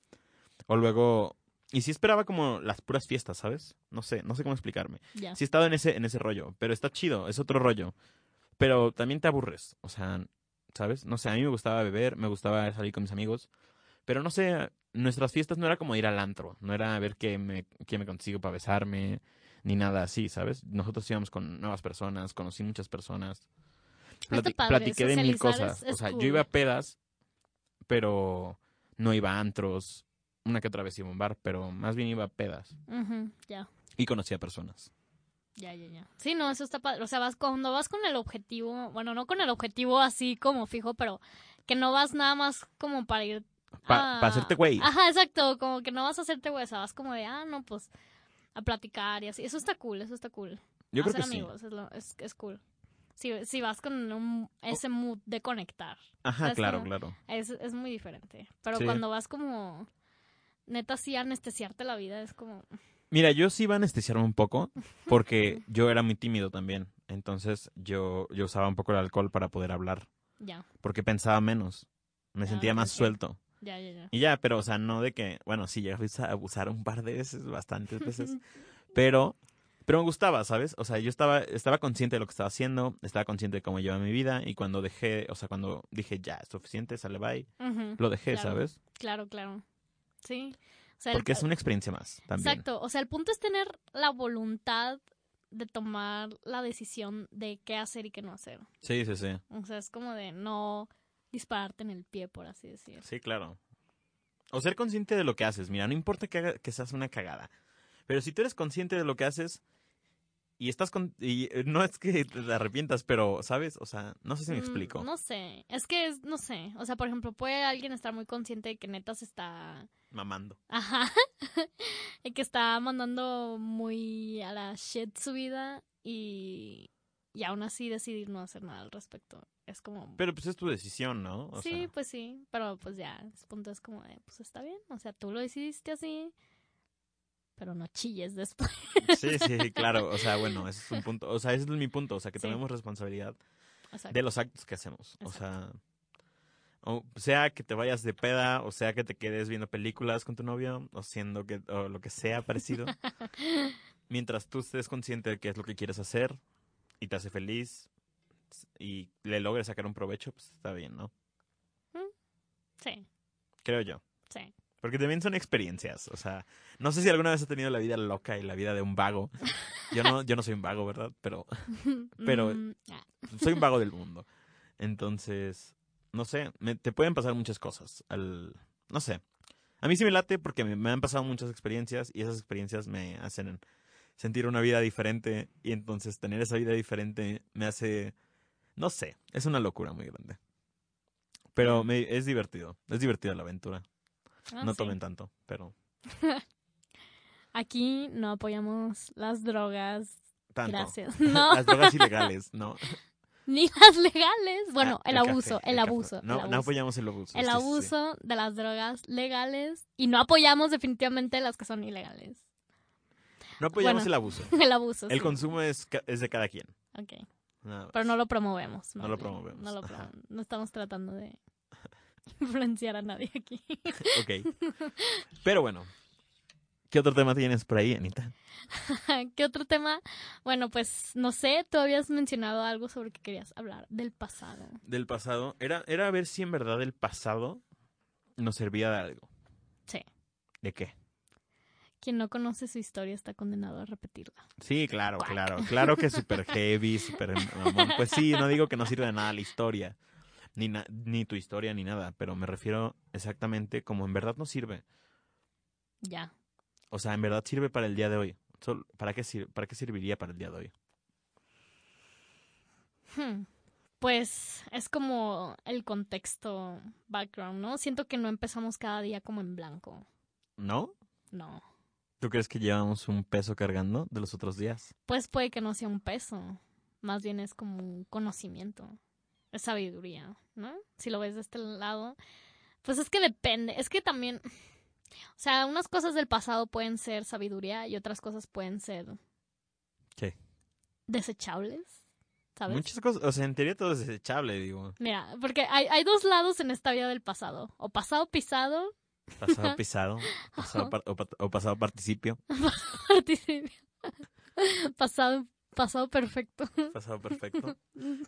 Speaker 1: O luego. Y sí esperaba como las puras fiestas, ¿sabes? No sé, no sé cómo explicarme.
Speaker 2: Ya.
Speaker 1: Sí he estado en ese, en ese rollo, pero está chido, es otro rollo. Pero también te aburres, o sea, ¿sabes? No sé, a mí me gustaba beber, me gustaba salir con mis amigos, pero no sé, nuestras fiestas no era como ir al antro, no era ver qué me, qué me consigo para besarme, ni nada así, ¿sabes? Nosotros íbamos con nuevas personas, conocí muchas personas, Plati-
Speaker 2: padre,
Speaker 1: platiqué de mil
Speaker 2: socializar
Speaker 1: cosas,
Speaker 2: es- es
Speaker 1: o sea, yo
Speaker 2: cool.
Speaker 1: iba a pedas, pero no iba a antros, una que otra vez iba a un bar, pero más bien iba a pedas
Speaker 2: Ujú, Ya.
Speaker 1: y conocía personas.
Speaker 2: Ya, ya, ya. Sí, no, eso está padre. O sea, vas cuando vas con el objetivo, bueno, no con el objetivo así como fijo, pero que no vas nada más como para ir
Speaker 1: Para
Speaker 2: a-
Speaker 1: hacerte güey.
Speaker 2: Ajá, exacto, como que no vas a hacerte güey, o sea, vas como de, ah, no, pues a platicar y así. Eso está cool, eso está cool.
Speaker 1: Yo creo
Speaker 2: Hacer
Speaker 1: que sí.
Speaker 2: amigos es, lo- es, es cool. Si, si vas con
Speaker 1: Oh.
Speaker 2: un- ese mood de conectar,
Speaker 1: Ajá,
Speaker 2: ¿sabes
Speaker 1: claro,
Speaker 2: cómo?
Speaker 1: claro.
Speaker 2: es, es muy diferente. Pero
Speaker 1: Sí.
Speaker 2: cuando vas como neta sí anestesiarte la vida, es como,
Speaker 1: Mira, yo sí iba a anestesiarme un poco porque yo era muy tímido también. Entonces yo, yo usaba un poco el alcohol para poder hablar
Speaker 2: ya,
Speaker 1: porque pensaba menos. Me
Speaker 2: Ah,
Speaker 1: sentía más
Speaker 2: ok.
Speaker 1: suelto.
Speaker 2: ya, ya, ya.
Speaker 1: Y ya, pero o sea, no de que, bueno, sí, llegué a abusar un par de veces, bastantes veces. pero pero me gustaba, ¿sabes? O sea, yo estaba estaba consciente de lo que estaba haciendo, estaba consciente de cómo llevaba mi vida y cuando dejé, o sea, cuando dije ya, es suficiente, sale bye,
Speaker 2: Ujú.
Speaker 1: lo dejé,
Speaker 2: Claro.
Speaker 1: ¿sabes?
Speaker 2: Claro, claro. Sí. O sea, el-
Speaker 1: Porque es una experiencia más también.
Speaker 2: Exacto. O sea, el punto es tener la voluntad de tomar la decisión de qué hacer y qué no hacer.
Speaker 1: Sí, sí, sí.
Speaker 2: O sea, es como de no dispararte en el pie, por así decir.
Speaker 1: Sí, claro. O ser consciente de lo que haces. Mira, no importa que, haga- que seas una cagada. Pero si tú eres consciente de lo que haces y estás con... Y eh, no es que te arrepientas, pero, ¿sabes? O sea, no sé si me
Speaker 2: Mm,
Speaker 1: explico.
Speaker 2: No sé. Es que es, no sé. O sea, por ejemplo, puede alguien estar muy consciente de que neta se está.
Speaker 1: Mamando.
Speaker 2: Ajá. y que está mandando muy a la shit su vida y. Y aún así decidir no hacer nada al respecto. Es como.
Speaker 1: Pero pues es tu decisión, ¿no? O
Speaker 2: sí,
Speaker 1: sea,
Speaker 2: pues sí, pero pues ya, el punto es como de, pues está bien, o sea, tú lo hiciste así, pero no chilles después.
Speaker 1: sí, sí, claro. O sea, bueno, ese es un punto. O sea, ese es mi punto. O sea, que
Speaker 2: Sí.
Speaker 1: tenemos responsabilidad
Speaker 2: O sea,
Speaker 1: de los actos que hacemos. O sea... O sea que te vayas de peda, o sea que te quedes viendo películas con tu novio, o siendo que, o lo que sea parecido. mientras tú estés consciente de qué es lo que quieres hacer y te hace feliz s- y le logres sacar un provecho, pues está bien, ¿no?
Speaker 2: sí,
Speaker 1: Creo yo.
Speaker 2: sí.
Speaker 1: Porque también son experiencias, o sea, no sé si alguna vez has tenido la vida loca y la vida de un vago. Yo no, yo no soy un vago, ¿verdad? Pero Pero-
Speaker 2: Mm, ah,
Speaker 1: soy un vago del mundo. Entonces, no sé, me- te pueden pasar muchas cosas. al- no sé. A mí sí me late porque me, me han pasado muchas experiencias y esas experiencias me hacen sentir una vida diferente y entonces tener esa vida diferente me hace, no sé, es una locura muy grande. Pero
Speaker 2: Claro.
Speaker 1: me- es divertido, es divertida la aventura.
Speaker 2: Mm. ah,
Speaker 1: no
Speaker 2: sí.
Speaker 1: tomen tanto, pero
Speaker 2: Aquí no apoyamos las drogas,
Speaker 1: tanto.
Speaker 2: gracias. No,
Speaker 1: Las drogas ilegales, ¿no.
Speaker 2: ni las legales. Bueno,
Speaker 1: Ah,
Speaker 2: el,
Speaker 1: café,
Speaker 2: abuso, el,
Speaker 1: café.
Speaker 2: abuso,
Speaker 1: No,
Speaker 2: el
Speaker 1: no
Speaker 2: abuso.
Speaker 1: apoyamos el abuso.
Speaker 2: El
Speaker 1: sí, sí, sí.
Speaker 2: abuso de las drogas legales y no apoyamos definitivamente las que son ilegales.
Speaker 1: No apoyamos
Speaker 2: Bueno.
Speaker 1: el abuso.
Speaker 2: El abuso.
Speaker 1: El
Speaker 2: sí.
Speaker 1: consumo es, ca- es de cada quien.
Speaker 2: Ok.
Speaker 1: Nada más.
Speaker 2: Pero no lo promovemos.
Speaker 1: No
Speaker 2: más
Speaker 1: lo
Speaker 2: bien.
Speaker 1: promovemos,
Speaker 2: No, lo
Speaker 1: ajá.
Speaker 2: promo- no estamos tratando de influenciar a nadie aquí.
Speaker 1: Ok. Pero bueno. ¿Qué otro tema tienes por ahí, Anita?
Speaker 2: ¿Qué otro tema? Bueno, pues no sé, tú habías mencionado algo sobre que querías hablar del pasado.
Speaker 1: Del pasado. Era, era ver si en verdad el pasado nos servía de algo.
Speaker 2: Sí.
Speaker 1: ¿De qué?
Speaker 2: Quien no conoce su historia está condenado a repetirla.
Speaker 1: Sí, claro,
Speaker 2: Cuac.
Speaker 1: claro. Claro que super heavy, super mamón. Pues sí, no digo que no sirve de nada la historia. Ni, na- ni tu historia, ni nada. Pero me refiero exactamente como en verdad no sirve.
Speaker 2: Ya.
Speaker 1: O sea, en verdad sirve para el día de hoy. Sol- ¿Para qué, sir- ¿Para qué serviría para el día de hoy?
Speaker 2: Hmm. Pues es como el contexto background, ¿no? Siento que no empezamos cada día como en blanco.
Speaker 1: ¿No?
Speaker 2: No.
Speaker 1: ¿Tú crees que llevamos un peso cargando de los otros días?
Speaker 2: Pues puede que no sea un peso, más bien es como un conocimiento, es sabiduría, ¿no? Si lo ves de este lado, pues es que depende, es que también, o sea, unas cosas del pasado pueden ser sabiduría y otras cosas pueden ser...
Speaker 1: ¿Qué?
Speaker 2: desechables, ¿sabes?
Speaker 1: Muchas cosas, o sea, en teoría todo es desechable, digo.
Speaker 2: Mira, porque hay, hay dos lados en esta vida del pasado. O pasado pisado,
Speaker 1: Pasado pisado, pasado par- o, pat- o pasado participio,
Speaker 2: participio. pasado, pasado perfecto.
Speaker 1: pasado perfecto.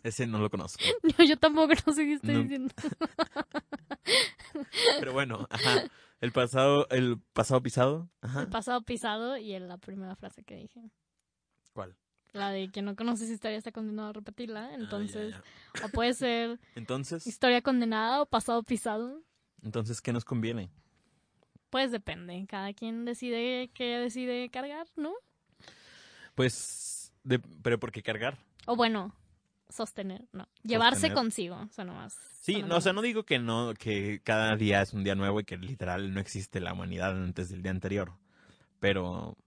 Speaker 1: Ese no lo conozco.
Speaker 2: Yo, yo tampoco no sé qué estoy
Speaker 1: No.
Speaker 2: diciendo.
Speaker 1: Pero bueno, ajá. El pasado, el pasado pisado, ajá.
Speaker 2: El pasado pisado y en la primera frase que dije.
Speaker 1: ¿Cuál?
Speaker 2: La de que no conoces historia está condenado a repetirla.
Speaker 1: Ah, ya,
Speaker 2: Entonces,
Speaker 1: ya.
Speaker 2: o puede ser
Speaker 1: Entonces,
Speaker 2: historia condenada o pasado pisado.
Speaker 1: entonces, ¿qué nos conviene?
Speaker 2: Pues depende. Cada quien decide qué decide cargar, ¿no?
Speaker 1: Pues, de- pero ¿por qué cargar?
Speaker 2: O bueno, sostener, no. Llevarse
Speaker 1: Sostener.
Speaker 2: consigo. O sea, nomás.
Speaker 1: Sí,
Speaker 2: Bueno,
Speaker 1: no, o sea, no digo que no, que cada día es un día nuevo y que literal no existe la humanidad antes del día anterior. Pero,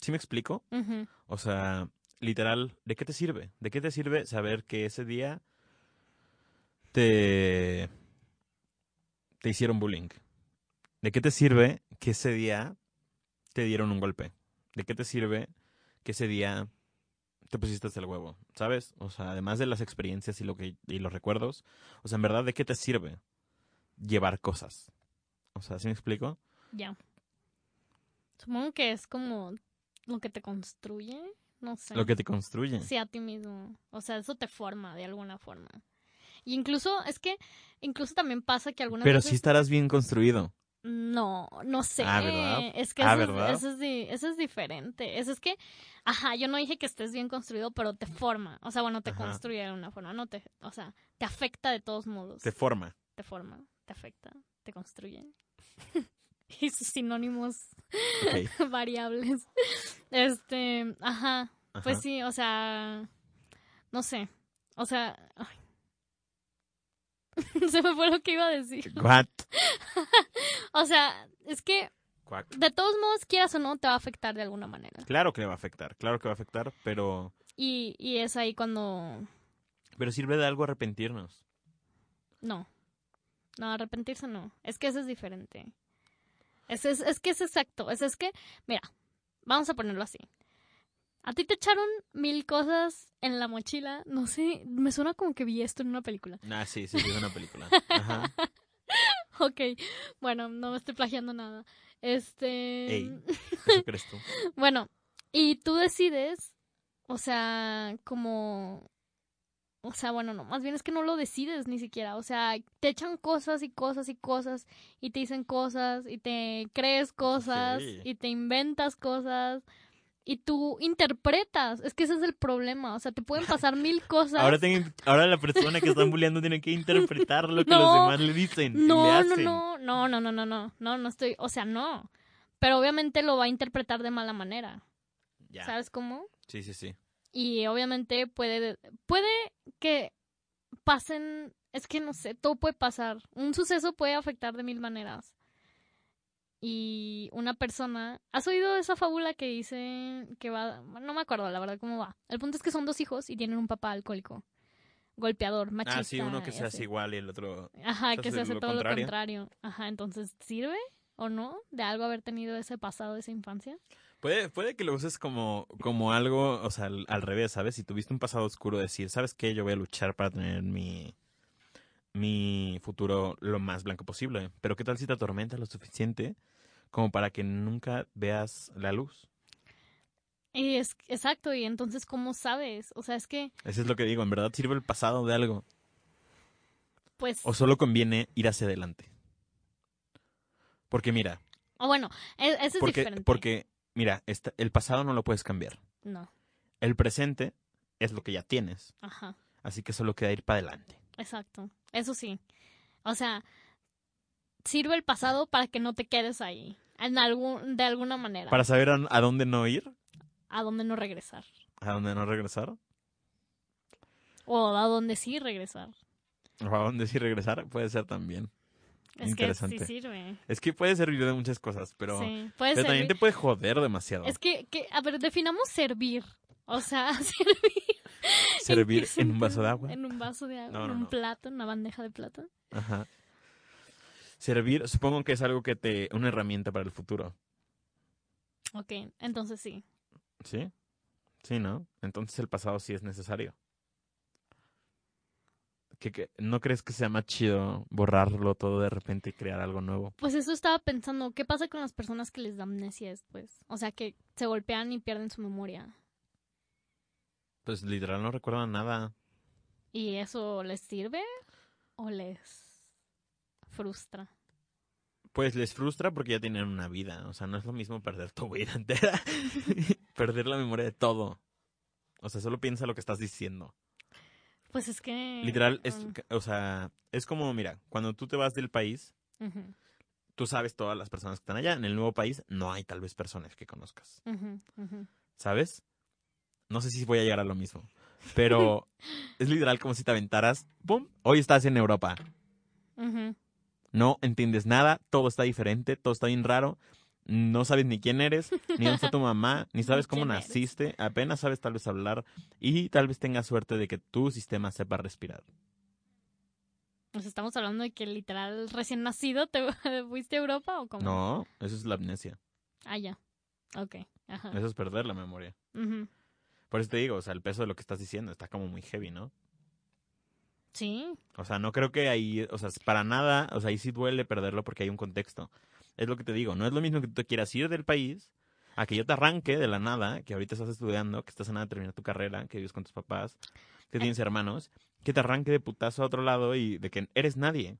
Speaker 1: ¿sí me explico?
Speaker 2: Ujú.
Speaker 1: O sea, literal, ¿de qué te sirve? ¿De qué te sirve saber que ese día te, te hicieron bullying? ¿De qué te sirve que ese día te dieron un golpe? ¿De qué te sirve que ese día te pusiste hasta el huevo? ¿Sabes? O sea, además de las experiencias y, lo que, y los recuerdos, o sea, en verdad, ¿de qué te sirve llevar cosas? O sea, ¿sí me explico?
Speaker 2: Ya. Supongo que es como lo que te construye. No sé.
Speaker 1: Lo que te construye.
Speaker 2: Sí, a ti mismo. O sea, eso te forma de alguna forma. Y incluso, es que, incluso también pasa que algunas
Speaker 1: Pero
Speaker 2: veces...
Speaker 1: sí estarás bien construido.
Speaker 2: No, no sé.
Speaker 1: Ah, ¿verdad?
Speaker 2: Es que
Speaker 1: Ah,
Speaker 2: eso,
Speaker 1: ¿verdad?
Speaker 2: Es, eso, es, di- eso es diferente. Eso es que, ajá, yo no dije que estés bien construido, pero te forma. O sea, bueno, te
Speaker 1: Ajá.
Speaker 2: construye de alguna forma. No te, o sea, te afecta de todos modos.
Speaker 1: Te forma.
Speaker 2: te forma, te afecta, te construye. y sus sinónimos
Speaker 1: Ok.
Speaker 2: variables. Este, ajá,
Speaker 1: Ajá.
Speaker 2: Pues sí, o sea, no sé. O sea, ay. se me fue lo que iba a decir.
Speaker 1: What?
Speaker 2: O sea, es que
Speaker 1: Cuac.
Speaker 2: de todos modos, quieras o no, te va a afectar de alguna manera.
Speaker 1: Claro que le va a afectar, claro que va a afectar, pero,
Speaker 2: Y, y es ahí cuando...
Speaker 1: pero sirve de algo arrepentirnos.
Speaker 2: No. No, arrepentirse no. Es que eso es diferente. Es, es, es que es exacto. Es, es que, mira, vamos a ponerlo así. A ti te echaron mil cosas en la mochila. No sé, me suena como que vi esto en una película.
Speaker 1: Ah, sí, sí, sí, es una película. Ajá.
Speaker 2: Ok, bueno, no me estoy plagiando nada. Este.
Speaker 1: Ey. ¿Eso crees tú?
Speaker 2: Bueno, y tú decides, o sea, como. O sea, bueno, no, más bien es que no lo decides ni siquiera. O sea, te echan cosas y cosas y cosas, y te dicen cosas, y te crees cosas,
Speaker 1: Sí.
Speaker 2: y te inventas cosas, y tú interpretas. Es que ese es el problema. O sea, te pueden pasar mil cosas.
Speaker 1: Ahora, tengo- ahora la persona que están bulleando tiene que interpretar lo que
Speaker 2: No.
Speaker 1: los demás le dicen. y le
Speaker 2: No, no,
Speaker 1: hacen.
Speaker 2: no, no, no, no, no, no, no, no estoy, o sea, no. Pero obviamente lo va a interpretar de mala manera,
Speaker 1: Ya.
Speaker 2: ¿sabes cómo?
Speaker 1: Sí, sí, sí.
Speaker 2: Y obviamente puede, puede que pasen, es que no sé, todo puede pasar. Un suceso puede afectar de mil maneras. Y una persona, ¿has oído esa fábula que dice que va, no me acuerdo la verdad cómo va. El punto es que son dos hijos y tienen un papá alcohólico, golpeador, machista.
Speaker 1: Ah, sí, uno que
Speaker 2: y
Speaker 1: se
Speaker 2: así.
Speaker 1: hace igual y el otro.
Speaker 2: Ajá,
Speaker 1: Se
Speaker 2: que
Speaker 1: hace
Speaker 2: se hace
Speaker 1: lo
Speaker 2: todo lo
Speaker 1: contrario.
Speaker 2: contrario. Ajá, entonces, ¿sirve o no de algo haber tenido ese pasado, esa infancia?
Speaker 1: Puede, puede que lo uses como, como algo, o sea, al, al revés, ¿sabes? Si tuviste un pasado oscuro, decir, ¿sabes qué? Yo voy a luchar para tener mi, mi futuro lo más blanco posible. Pero ¿qué tal si te atormenta lo suficiente como para que nunca veas la luz?
Speaker 2: Y es exacto, y entonces, ¿cómo sabes? O sea, es que,
Speaker 1: Eso es lo que digo, ¿en verdad sirve el pasado de algo?
Speaker 2: pues,
Speaker 1: ¿O solo conviene ir hacia adelante? Porque mira,
Speaker 2: o bueno, e- eso es
Speaker 1: porque,
Speaker 2: diferente.
Speaker 1: porque mira, esta- el pasado no lo puedes cambiar.
Speaker 2: No,
Speaker 1: El presente es lo que ya tienes,
Speaker 2: ajá,
Speaker 1: así que solo queda ir para adelante.
Speaker 2: exacto. Eso sí. O sea, sirve el pasado para que no te quedes ahí, en algún, de alguna manera,
Speaker 1: Para saber a, a dónde no ir,
Speaker 2: a dónde no regresar,
Speaker 1: a dónde no regresar,
Speaker 2: o a dónde sí regresar.
Speaker 1: o a dónde sí regresar, puede ser también.
Speaker 2: Es que sí
Speaker 1: Interesante.
Speaker 2: sirve.
Speaker 1: Es que puede servir de muchas cosas, pero,
Speaker 2: sí,
Speaker 1: pero
Speaker 2: puede servir.
Speaker 1: también te puede joder demasiado.
Speaker 2: Es que, que, a ver, definamos servir. O sea, servir. ¿en
Speaker 1: Servir
Speaker 2: qué
Speaker 1: en un vaso de
Speaker 2: sentido?
Speaker 1: agua.
Speaker 2: En un vaso de agua,
Speaker 1: No,
Speaker 2: en
Speaker 1: no,
Speaker 2: un
Speaker 1: no.
Speaker 2: plato, en una bandeja de plata.
Speaker 1: Ajá. Servir, supongo que es algo que te. una herramienta para el futuro,
Speaker 2: Ok, entonces sí.
Speaker 1: ¿sí? Sí, ¿no? Entonces el pasado sí es necesario. ¿Qué- qué- ¿No crees que sea más chido borrarlo todo de repente y crear algo nuevo?
Speaker 2: Pues eso estaba pensando, ¿qué pasa con las personas que les da amnesia después? O sea, que se golpean y pierden su memoria.
Speaker 1: Pues literal no recuerdan nada.
Speaker 2: ¿Y eso les sirve o les frustra?
Speaker 1: Pues les frustra porque ya tienen una vida. O sea, no es lo mismo perder tu vida entera. perder la memoria de todo. O sea, solo piensa lo que estás diciendo.
Speaker 2: Pues es que...
Speaker 1: Literal, es,
Speaker 2: ah,
Speaker 1: o sea, es como, mira, cuando tú te vas del país,
Speaker 2: ujú,
Speaker 1: tú sabes todas las personas que están allá. En el nuevo país no hay tal vez personas que conozcas.
Speaker 2: ujú, ujú.
Speaker 1: ¿Sabes? No sé si voy a llegar a lo mismo. Pero es literal como si te aventaras. ¡Pum! Hoy estás en Europa.
Speaker 2: Ujú.
Speaker 1: No entiendes nada, todo está diferente, todo está bien raro. No sabes ni quién eres, ni dónde está tu mamá, ni sabes cómo
Speaker 2: quién eres.
Speaker 1: naciste, apenas sabes tal vez hablar y tal vez tengas suerte de que tu sistema sepa respirar.
Speaker 2: Nos estamos hablando de que literal recién nacido te fuiste a Europa o cómo?
Speaker 1: No, eso es la amnesia,
Speaker 2: Ah, ya. Ok. Ajá.
Speaker 1: eso es perder la memoria.
Speaker 2: Ujú.
Speaker 1: Por eso te digo, o sea, el peso de lo que estás diciendo está como muy heavy, ¿no?
Speaker 2: Sí.
Speaker 1: O sea, no creo que ahí, o sea, para nada, o sea, ahí sí duele perderlo porque hay un contexto. Es lo que te digo, no es lo mismo que tú te quieras ir del país a que yo te arranque de la nada, que ahorita estás estudiando, que estás a nada de terminar tu carrera, que vives con tus papás, que
Speaker 2: Eh.
Speaker 1: tienes hermanos, que te arranque de putazo a otro lado y de que eres nadie.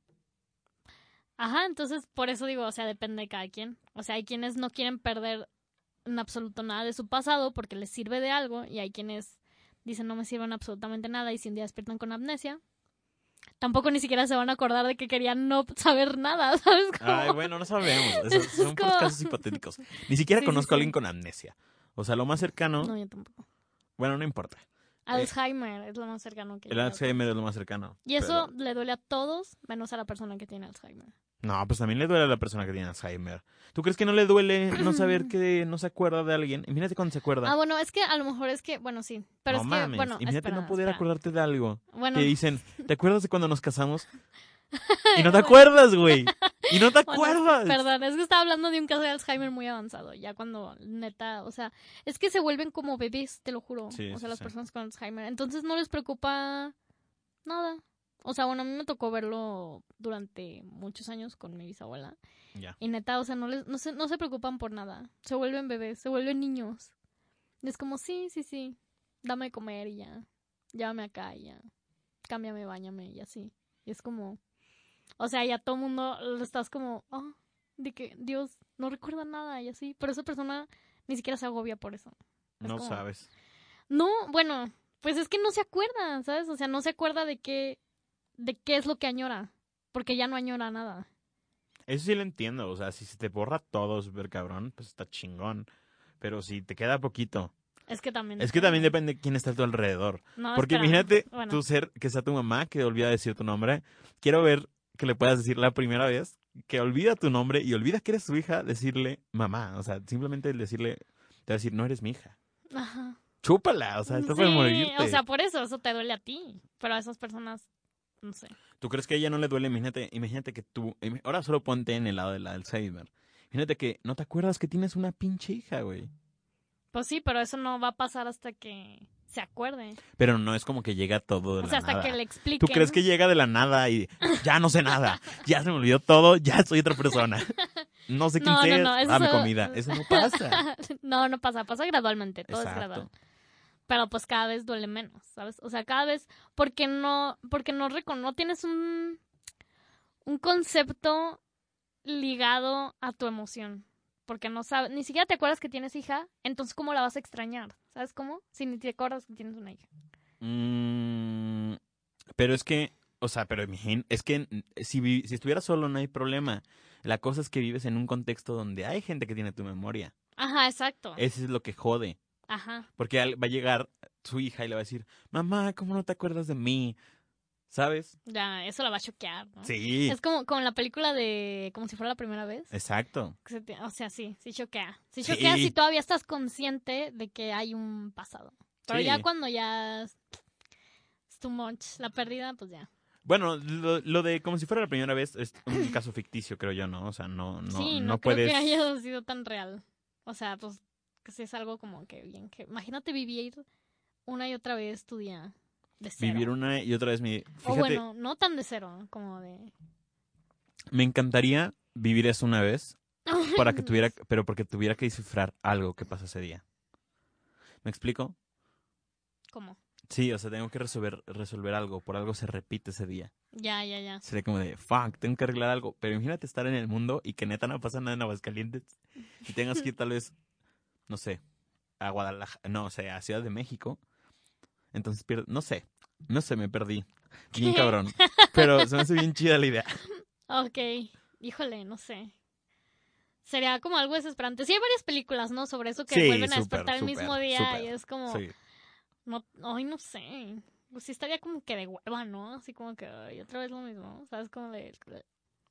Speaker 2: Ajá, entonces por eso digo, o sea, depende de cada quien. O sea, hay quienes no quieren perder en absoluto nada de su pasado porque les sirve de algo y hay quienes dicen no me sirven absolutamente nada y si un día despiertan con amnesia, tampoco ni siquiera se van a acordar de que querían no saber nada, ¿sabes? Como-
Speaker 1: Ay, bueno, no sabemos. Esos
Speaker 2: Es
Speaker 1: son puros
Speaker 2: como-
Speaker 1: casos hipotéticos. Ni siquiera
Speaker 2: Sí, sí,
Speaker 1: conozco
Speaker 2: sí.
Speaker 1: a alguien con amnesia. O sea, lo más cercano,
Speaker 2: No, yo tampoco.
Speaker 1: bueno, no importa.
Speaker 2: Alzheimer es lo más cercano que
Speaker 1: Eh. El
Speaker 2: yo
Speaker 1: Alzheimer es lo más cercano.
Speaker 2: Y eso
Speaker 1: pero-
Speaker 2: le duele a todos, menos a la persona que tiene Alzheimer.
Speaker 1: No, pues también le duele a la persona que tiene Alzheimer. ¿Tú crees que no le duele no saber que no se acuerda de alguien? Imagínate cuando se acuerda.
Speaker 2: Ah, bueno, es que a lo mejor es que, bueno, sí. Pero
Speaker 1: no
Speaker 2: es
Speaker 1: mames.
Speaker 2: que, bueno,
Speaker 1: Imagínate
Speaker 2: espera,
Speaker 1: no poder
Speaker 2: espera.
Speaker 1: acordarte de algo.
Speaker 2: Bueno,
Speaker 1: Te dicen, ¿te acuerdas de cuando nos casamos? Y no te acuerdas, güey. Y no te
Speaker 2: Bueno,
Speaker 1: acuerdas.
Speaker 2: Perdón, es que estaba hablando de un caso de Alzheimer muy avanzado, ya cuando neta, o sea, es que se vuelven como bebés, te lo juro.
Speaker 1: Sí,
Speaker 2: o
Speaker 1: sí,
Speaker 2: sea, las
Speaker 1: sí.
Speaker 2: personas con Alzheimer. Entonces no les preocupa nada. O sea, bueno, a mí me tocó verlo durante muchos años con mi bisabuela.
Speaker 1: Ya.
Speaker 2: Y neta, o sea, no, les, no, se, no se preocupan por nada. Se vuelven bebés, se vuelven niños. Y es como, sí, sí, sí, dame de comer y ya. Llévame acá y ya. Cámbiame, bañame y así. Y es como, o sea, ya todo el mundo lo estás como, ah, de que Dios no recuerda nada y así. Pero esa persona ni siquiera se agobia por eso. es
Speaker 1: No
Speaker 2: como-
Speaker 1: sabes.
Speaker 2: No, bueno, pues es que no se acuerda, ¿sabes? O sea, no se acuerda de qué, de qué es lo que añora. Porque ya no añora nada.
Speaker 1: Eso sí lo entiendo. O sea, si se te borra todo, súper cabrón, pues está chingón. Pero si te queda poquito.
Speaker 2: Es que también.
Speaker 1: Es que también depende de quién está a tu alrededor.
Speaker 2: No,
Speaker 1: Porque
Speaker 2: espera.
Speaker 1: imagínate
Speaker 2: Bueno.
Speaker 1: tu ser, que sea tu mamá que olvida decir tu nombre. Quiero ver que le puedas decir la primera vez que olvida tu nombre y olvida que eres su hija, decirle mamá. O sea, simplemente el decirle, te va a decir, no eres mi hija.
Speaker 2: Ajá.
Speaker 1: Chúpala, o sea, esto puede
Speaker 2: Sí,
Speaker 1: morirte.
Speaker 2: O sea, por eso, eso te duele a ti. Pero a esas personas, no sé.
Speaker 1: ¿Tú crees que a ella no le duele? Imagínate, imagínate que tú, im- ahora solo ponte en el lado de la Alzheimer. Imagínate que no te acuerdas que tienes una pinche hija, güey.
Speaker 2: Pues sí, pero eso no va a pasar hasta que se acuerde.
Speaker 1: Pero no es como que llega todo de
Speaker 2: O
Speaker 1: la
Speaker 2: sea, hasta
Speaker 1: nada.
Speaker 2: que le expliquen.
Speaker 1: ¿Tú crees que llega de la nada y ya no sé nada? Ya se me olvidó todo, ya soy otra persona. No sé quién
Speaker 2: No, no,
Speaker 1: eres,
Speaker 2: no, eso-
Speaker 1: dame comida. Eso no pasa.
Speaker 2: No, no pasa, pasa gradualmente, todo es gradual.
Speaker 1: Exacto.
Speaker 2: Pero pues cada vez duele menos, ¿sabes? O sea, cada vez porque no porque no recono no tienes un un concepto ligado a tu emoción, porque no sabes, ni siquiera te acuerdas que tienes hija, entonces cómo la vas a extrañar? ¿Sabes cómo? Si ni te acuerdas que tienes una hija.
Speaker 1: Mm, pero es que, o sea, pero imagín- es que mm, si, vi- si estuvieras solo no hay problema. La cosa es que vives en un contexto donde hay gente que tiene tu memoria.
Speaker 2: Ajá, exacto.
Speaker 1: Eso es lo que jode.
Speaker 2: Ajá.
Speaker 1: Porque al- va a llegar su hija y le va a decir, mamá, ¿cómo no te acuerdas de mí? ¿Sabes?
Speaker 2: Ya, eso la va a choquear, ¿no?
Speaker 1: Sí,
Speaker 2: Es como con la película de como si fuera la primera vez.
Speaker 1: exacto.
Speaker 2: Que se te- O sea, sí, sí choquea. Sí
Speaker 1: Sí.
Speaker 2: choquea si todavía estás consciente de que hay un pasado. Pero
Speaker 1: Sí.
Speaker 2: ya cuando ya es es too much, la pérdida, pues ya.
Speaker 1: Bueno, lo, lo de como si fuera la primera vez es un caso ficticio, creo yo, ¿no? O sea, no, no,
Speaker 2: sí,
Speaker 1: no
Speaker 2: no, creo
Speaker 1: puedes.
Speaker 2: que haya sido tan real. O sea, pues porque sí es algo como que bien que... Imagínate vivir una y otra vez tu día de cero.
Speaker 1: Vivir una y otra vez mi...
Speaker 2: O
Speaker 1: Fíjate,
Speaker 2: bueno, no tan de cero, como de...
Speaker 1: me encantaría vivir eso una vez, para que tuviera, pero porque tuviera que descifrar algo que pasó ese día. ¿Me explico?
Speaker 2: ¿Cómo?
Speaker 1: Sí, o sea, tengo que resolver, resolver algo, por algo se repite ese día.
Speaker 2: Ya, ya, ya.
Speaker 1: Sería como de, fuck, tengo que arreglar algo. Pero imagínate estar en el mundo y que neta no pasa nada en Aguascalientes. Y tengas que ir tal vez, no sé, a Guadalajara, no, o sea, a Ciudad de México. Entonces pierdo, no sé, no sé, me perdí. Bien
Speaker 2: ¿Qué?
Speaker 1: cabrón. Pero se me hace bien chida la idea.
Speaker 2: Ok, híjole, no sé. Sería como algo desesperante. Sí, hay varias películas, ¿no? Sobre eso que
Speaker 1: Sí,
Speaker 2: vuelven a
Speaker 1: súper,
Speaker 2: despertar el
Speaker 1: súper,
Speaker 2: mismo día
Speaker 1: súper.
Speaker 2: y es como...
Speaker 1: Sí.
Speaker 2: No, ay, no sé. Pues sí estaría como que de hueva, ¿no? Así como que, ay, otra vez lo mismo. ¿Sabes? Como de...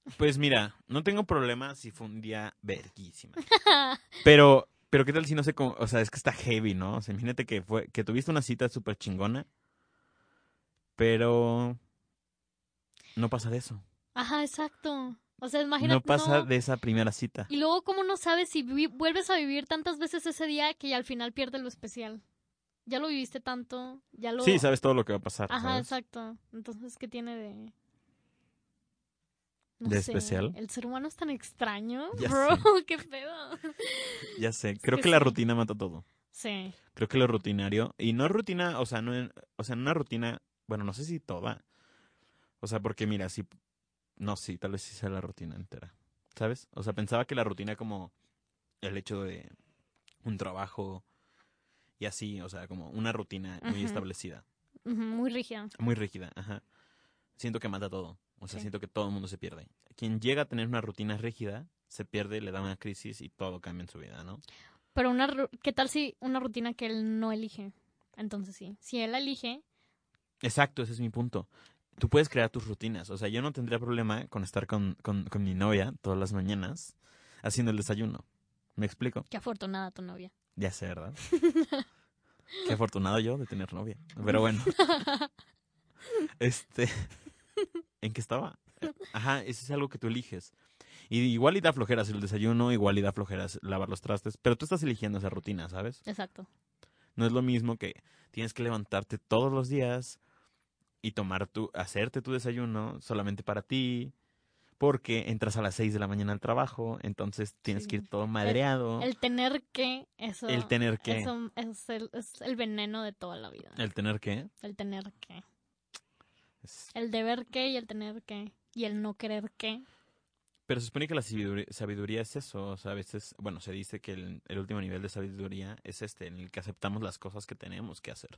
Speaker 1: Pues mira, no tengo problema si fue un día verguísima. Pero, pero qué tal si no sé cómo, o sea, es que está heavy, ¿no? O sea, imagínate que fue, que tuviste una cita súper chingona, pero no pasa de eso.
Speaker 2: Ajá, exacto. O sea, imagínate...
Speaker 1: no pasa
Speaker 2: no.
Speaker 1: de esa primera cita.
Speaker 2: Y luego, ¿cómo no sabes si vi- vuelves a vivir tantas veces ese día que ya al final pierdes lo especial? Ya lo viviste tanto, ya lo...
Speaker 1: Sí, sabes todo lo que va a pasar.
Speaker 2: Ajá,
Speaker 1: ¿sabes?
Speaker 2: exacto. Entonces, ¿qué tiene de...?
Speaker 1: ¿De especial?
Speaker 2: El ser humano es tan extraño,
Speaker 1: Ya
Speaker 2: bro. Qué pedo.
Speaker 1: Ya sé, creo
Speaker 2: que
Speaker 1: que, la
Speaker 2: sí.
Speaker 1: rutina mata todo.
Speaker 2: Sí.
Speaker 1: Creo que lo rutinario, y no rutina, o sea, no, en- o sea, en una rutina, bueno, no sé si toda. O sea, porque mira, si, no, sí, tal vez sí sea la rutina entera. ¿Sabes? O sea, pensaba que la rutina como el hecho de un trabajo y así, o sea, como una rutina muy
Speaker 2: Ujú.
Speaker 1: establecida,
Speaker 2: Ujú, Muy rígida.
Speaker 1: muy rígida, ajá. Siento que mata todo. O sea,
Speaker 2: Sí.
Speaker 1: siento que todo el mundo se pierde. Quien llega a tener una rutina rígida, se pierde, le da una crisis y todo cambia en su vida, ¿no?
Speaker 2: Pero una ru- ¿qué tal si una rutina que él no elige? Entonces sí, si él la elige,
Speaker 1: Exacto, ese es mi punto. Tú puedes crear tus rutinas. O sea, yo no tendría problema con estar con, con- con mi novia todas las mañanas haciendo el desayuno. ¿Me explico?
Speaker 2: qué afortunada tu novia.
Speaker 1: Ya sé, ¿verdad? Qué afortunado yo de tener novia. Pero bueno. Este. ¿En qué estaba? Ajá, eso es algo que tú eliges. Y igual y da flojeras el desayuno, igual y da flojeras lavar los trastes, pero tú estás eligiendo esa rutina, ¿sabes?
Speaker 2: Exacto.
Speaker 1: No es lo mismo que tienes que levantarte todos los días y tomar tu, hacerte tu desayuno solamente para ti, porque entras a las 6 de la mañana al trabajo, entonces tienes
Speaker 2: Sí.
Speaker 1: que ir todo madreado. El,
Speaker 2: El tener que, eso,
Speaker 1: Oh. tener que. Eh.
Speaker 2: eso es, el, es el veneno de toda la vida.
Speaker 1: El tener que.
Speaker 2: El tener que.
Speaker 1: es-
Speaker 2: El deber que y el tener que. Y el no querer que.
Speaker 1: Pero se supone que la sabiduría, sabiduría es eso. O sea, a veces, bueno, se dice que el, el último nivel de sabiduría es este, en el que aceptamos las cosas que tenemos que hacer.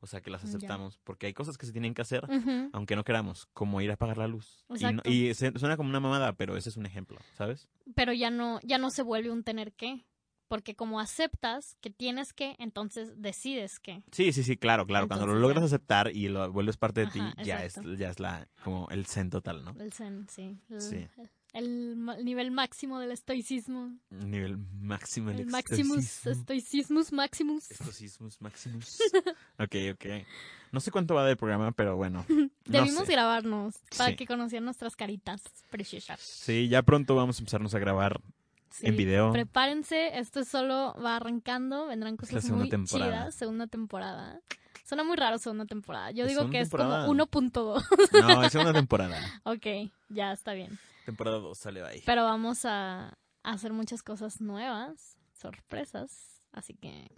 Speaker 1: O sea, que las
Speaker 2: Mm, Ya.
Speaker 1: aceptamos, porque hay cosas que se tienen que hacer,
Speaker 2: Ujú.
Speaker 1: aunque no queramos, como ir a apagar la luz. Y no-
Speaker 2: Exacto.
Speaker 1: Y, se- suena como una mamada, pero ese es un ejemplo, ¿sabes?
Speaker 2: Pero ya no, ya no se vuelve un tener que. Porque como aceptas que tienes que, entonces decides que.
Speaker 1: Sí, sí, sí, claro, claro. Cuando lo
Speaker 2: Entonces,
Speaker 1: logras
Speaker 2: ya.
Speaker 1: aceptar y lo vuelves parte de
Speaker 2: Ajá,
Speaker 1: ti, ya es,
Speaker 2: exacto.
Speaker 1: ya es la, como el zen total, ¿no?
Speaker 2: El zen, sí. El,
Speaker 1: Sí.
Speaker 2: el ma- nivel máximo del estoicismo.
Speaker 1: Nivel máximo.
Speaker 2: El
Speaker 1: del
Speaker 2: Maximus,
Speaker 1: estoicismo.
Speaker 2: estoicismus maximus.
Speaker 1: Estoicismus maximus. ok, ok. No sé cuánto va del programa, pero bueno. no
Speaker 2: Debimos
Speaker 1: sé.
Speaker 2: grabarnos para
Speaker 1: Sí.
Speaker 2: que conocieran nuestras caritas preciosas.
Speaker 1: Sí, ya pronto vamos a empezarnos a grabar
Speaker 2: Sí.
Speaker 1: en video.
Speaker 2: Prepárense, esto solo va arrancando, vendrán
Speaker 1: Es la
Speaker 2: cosas
Speaker 1: segunda
Speaker 2: muy
Speaker 1: temporada.
Speaker 2: chidas, segunda temporada. Suena muy raro segunda temporada. Yo
Speaker 1: La
Speaker 2: digo
Speaker 1: segunda
Speaker 2: que es
Speaker 1: temporada.
Speaker 2: como 1.2.
Speaker 1: No, es una temporada.
Speaker 2: ok, ya está bien.
Speaker 1: Temporada 2 sale ahí.
Speaker 2: Pero vamos a a hacer muchas cosas nuevas, sorpresas, así que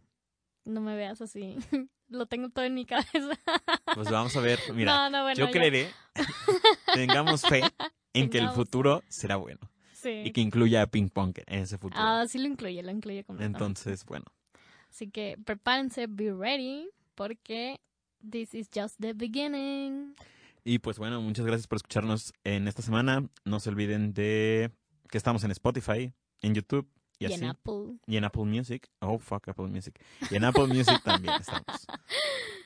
Speaker 2: no me veas así. Lo tengo todo en mi cabeza.
Speaker 1: Pues vamos a ver. Mira,
Speaker 2: no, no, bueno.
Speaker 1: yo
Speaker 2: ya.
Speaker 1: creeré, tengamos fe en que el
Speaker 2: Tengamos.
Speaker 1: futuro será bueno.
Speaker 2: Sí.
Speaker 1: Y que incluya a Ping Pong en ese futuro.
Speaker 2: Ah, sí lo incluye, lo incluye completamente.
Speaker 1: Entonces, bueno.
Speaker 2: Así que prepárense, be ready, porque this is just the beginning.
Speaker 1: Y pues bueno, muchas gracias por escucharnos en esta semana. No se olviden de que estamos en Spotify, en YouTube y,
Speaker 2: Y,
Speaker 1: así.
Speaker 2: en Apple.
Speaker 1: Y en Apple Music. Oh, fuck, Apple Music. Y en Apple Music también estamos.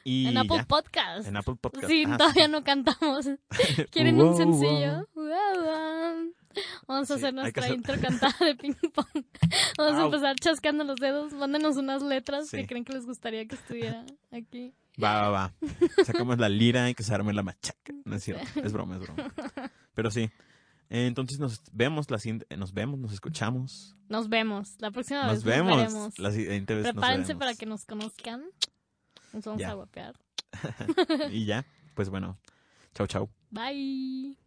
Speaker 1: Y
Speaker 2: en Apple
Speaker 1: ya.
Speaker 2: Podcast.
Speaker 1: En Apple Podcast.
Speaker 2: Sí,
Speaker 1: Ah,
Speaker 2: todavía no cantamos. ¿Quieren
Speaker 1: Wow,
Speaker 2: un
Speaker 1: wow.
Speaker 2: sencillo? Wow, wow. Vamos a
Speaker 1: Sí, hay
Speaker 2: hacer
Speaker 1: que
Speaker 2: nuestra
Speaker 1: hacer-
Speaker 2: intro cantada de ping pong. Vamos a
Speaker 1: Au.
Speaker 2: empezar chascando los dedos. Mándenos unas letras
Speaker 1: Sí.
Speaker 2: que creen que les gustaría que estuviera aquí.
Speaker 1: Va, va, va. Sacamos la lira y que se arme la machaca. No es cierto. Es broma, es broma. Pero sí. Eh, Entonces nos vemos, la siguiente- eh, nos vemos, nos escuchamos.
Speaker 2: Nos vemos. La próxima
Speaker 1: Nos
Speaker 2: vez
Speaker 1: vemos.
Speaker 2: nos veremos.
Speaker 1: La siguiente vez nos
Speaker 2: Prepárense
Speaker 1: veremos.
Speaker 2: para que nos conozcan. Nos vamos
Speaker 1: Ya.
Speaker 2: a guapear.
Speaker 1: Y ya, pues bueno. Chau, chau.
Speaker 2: Bye.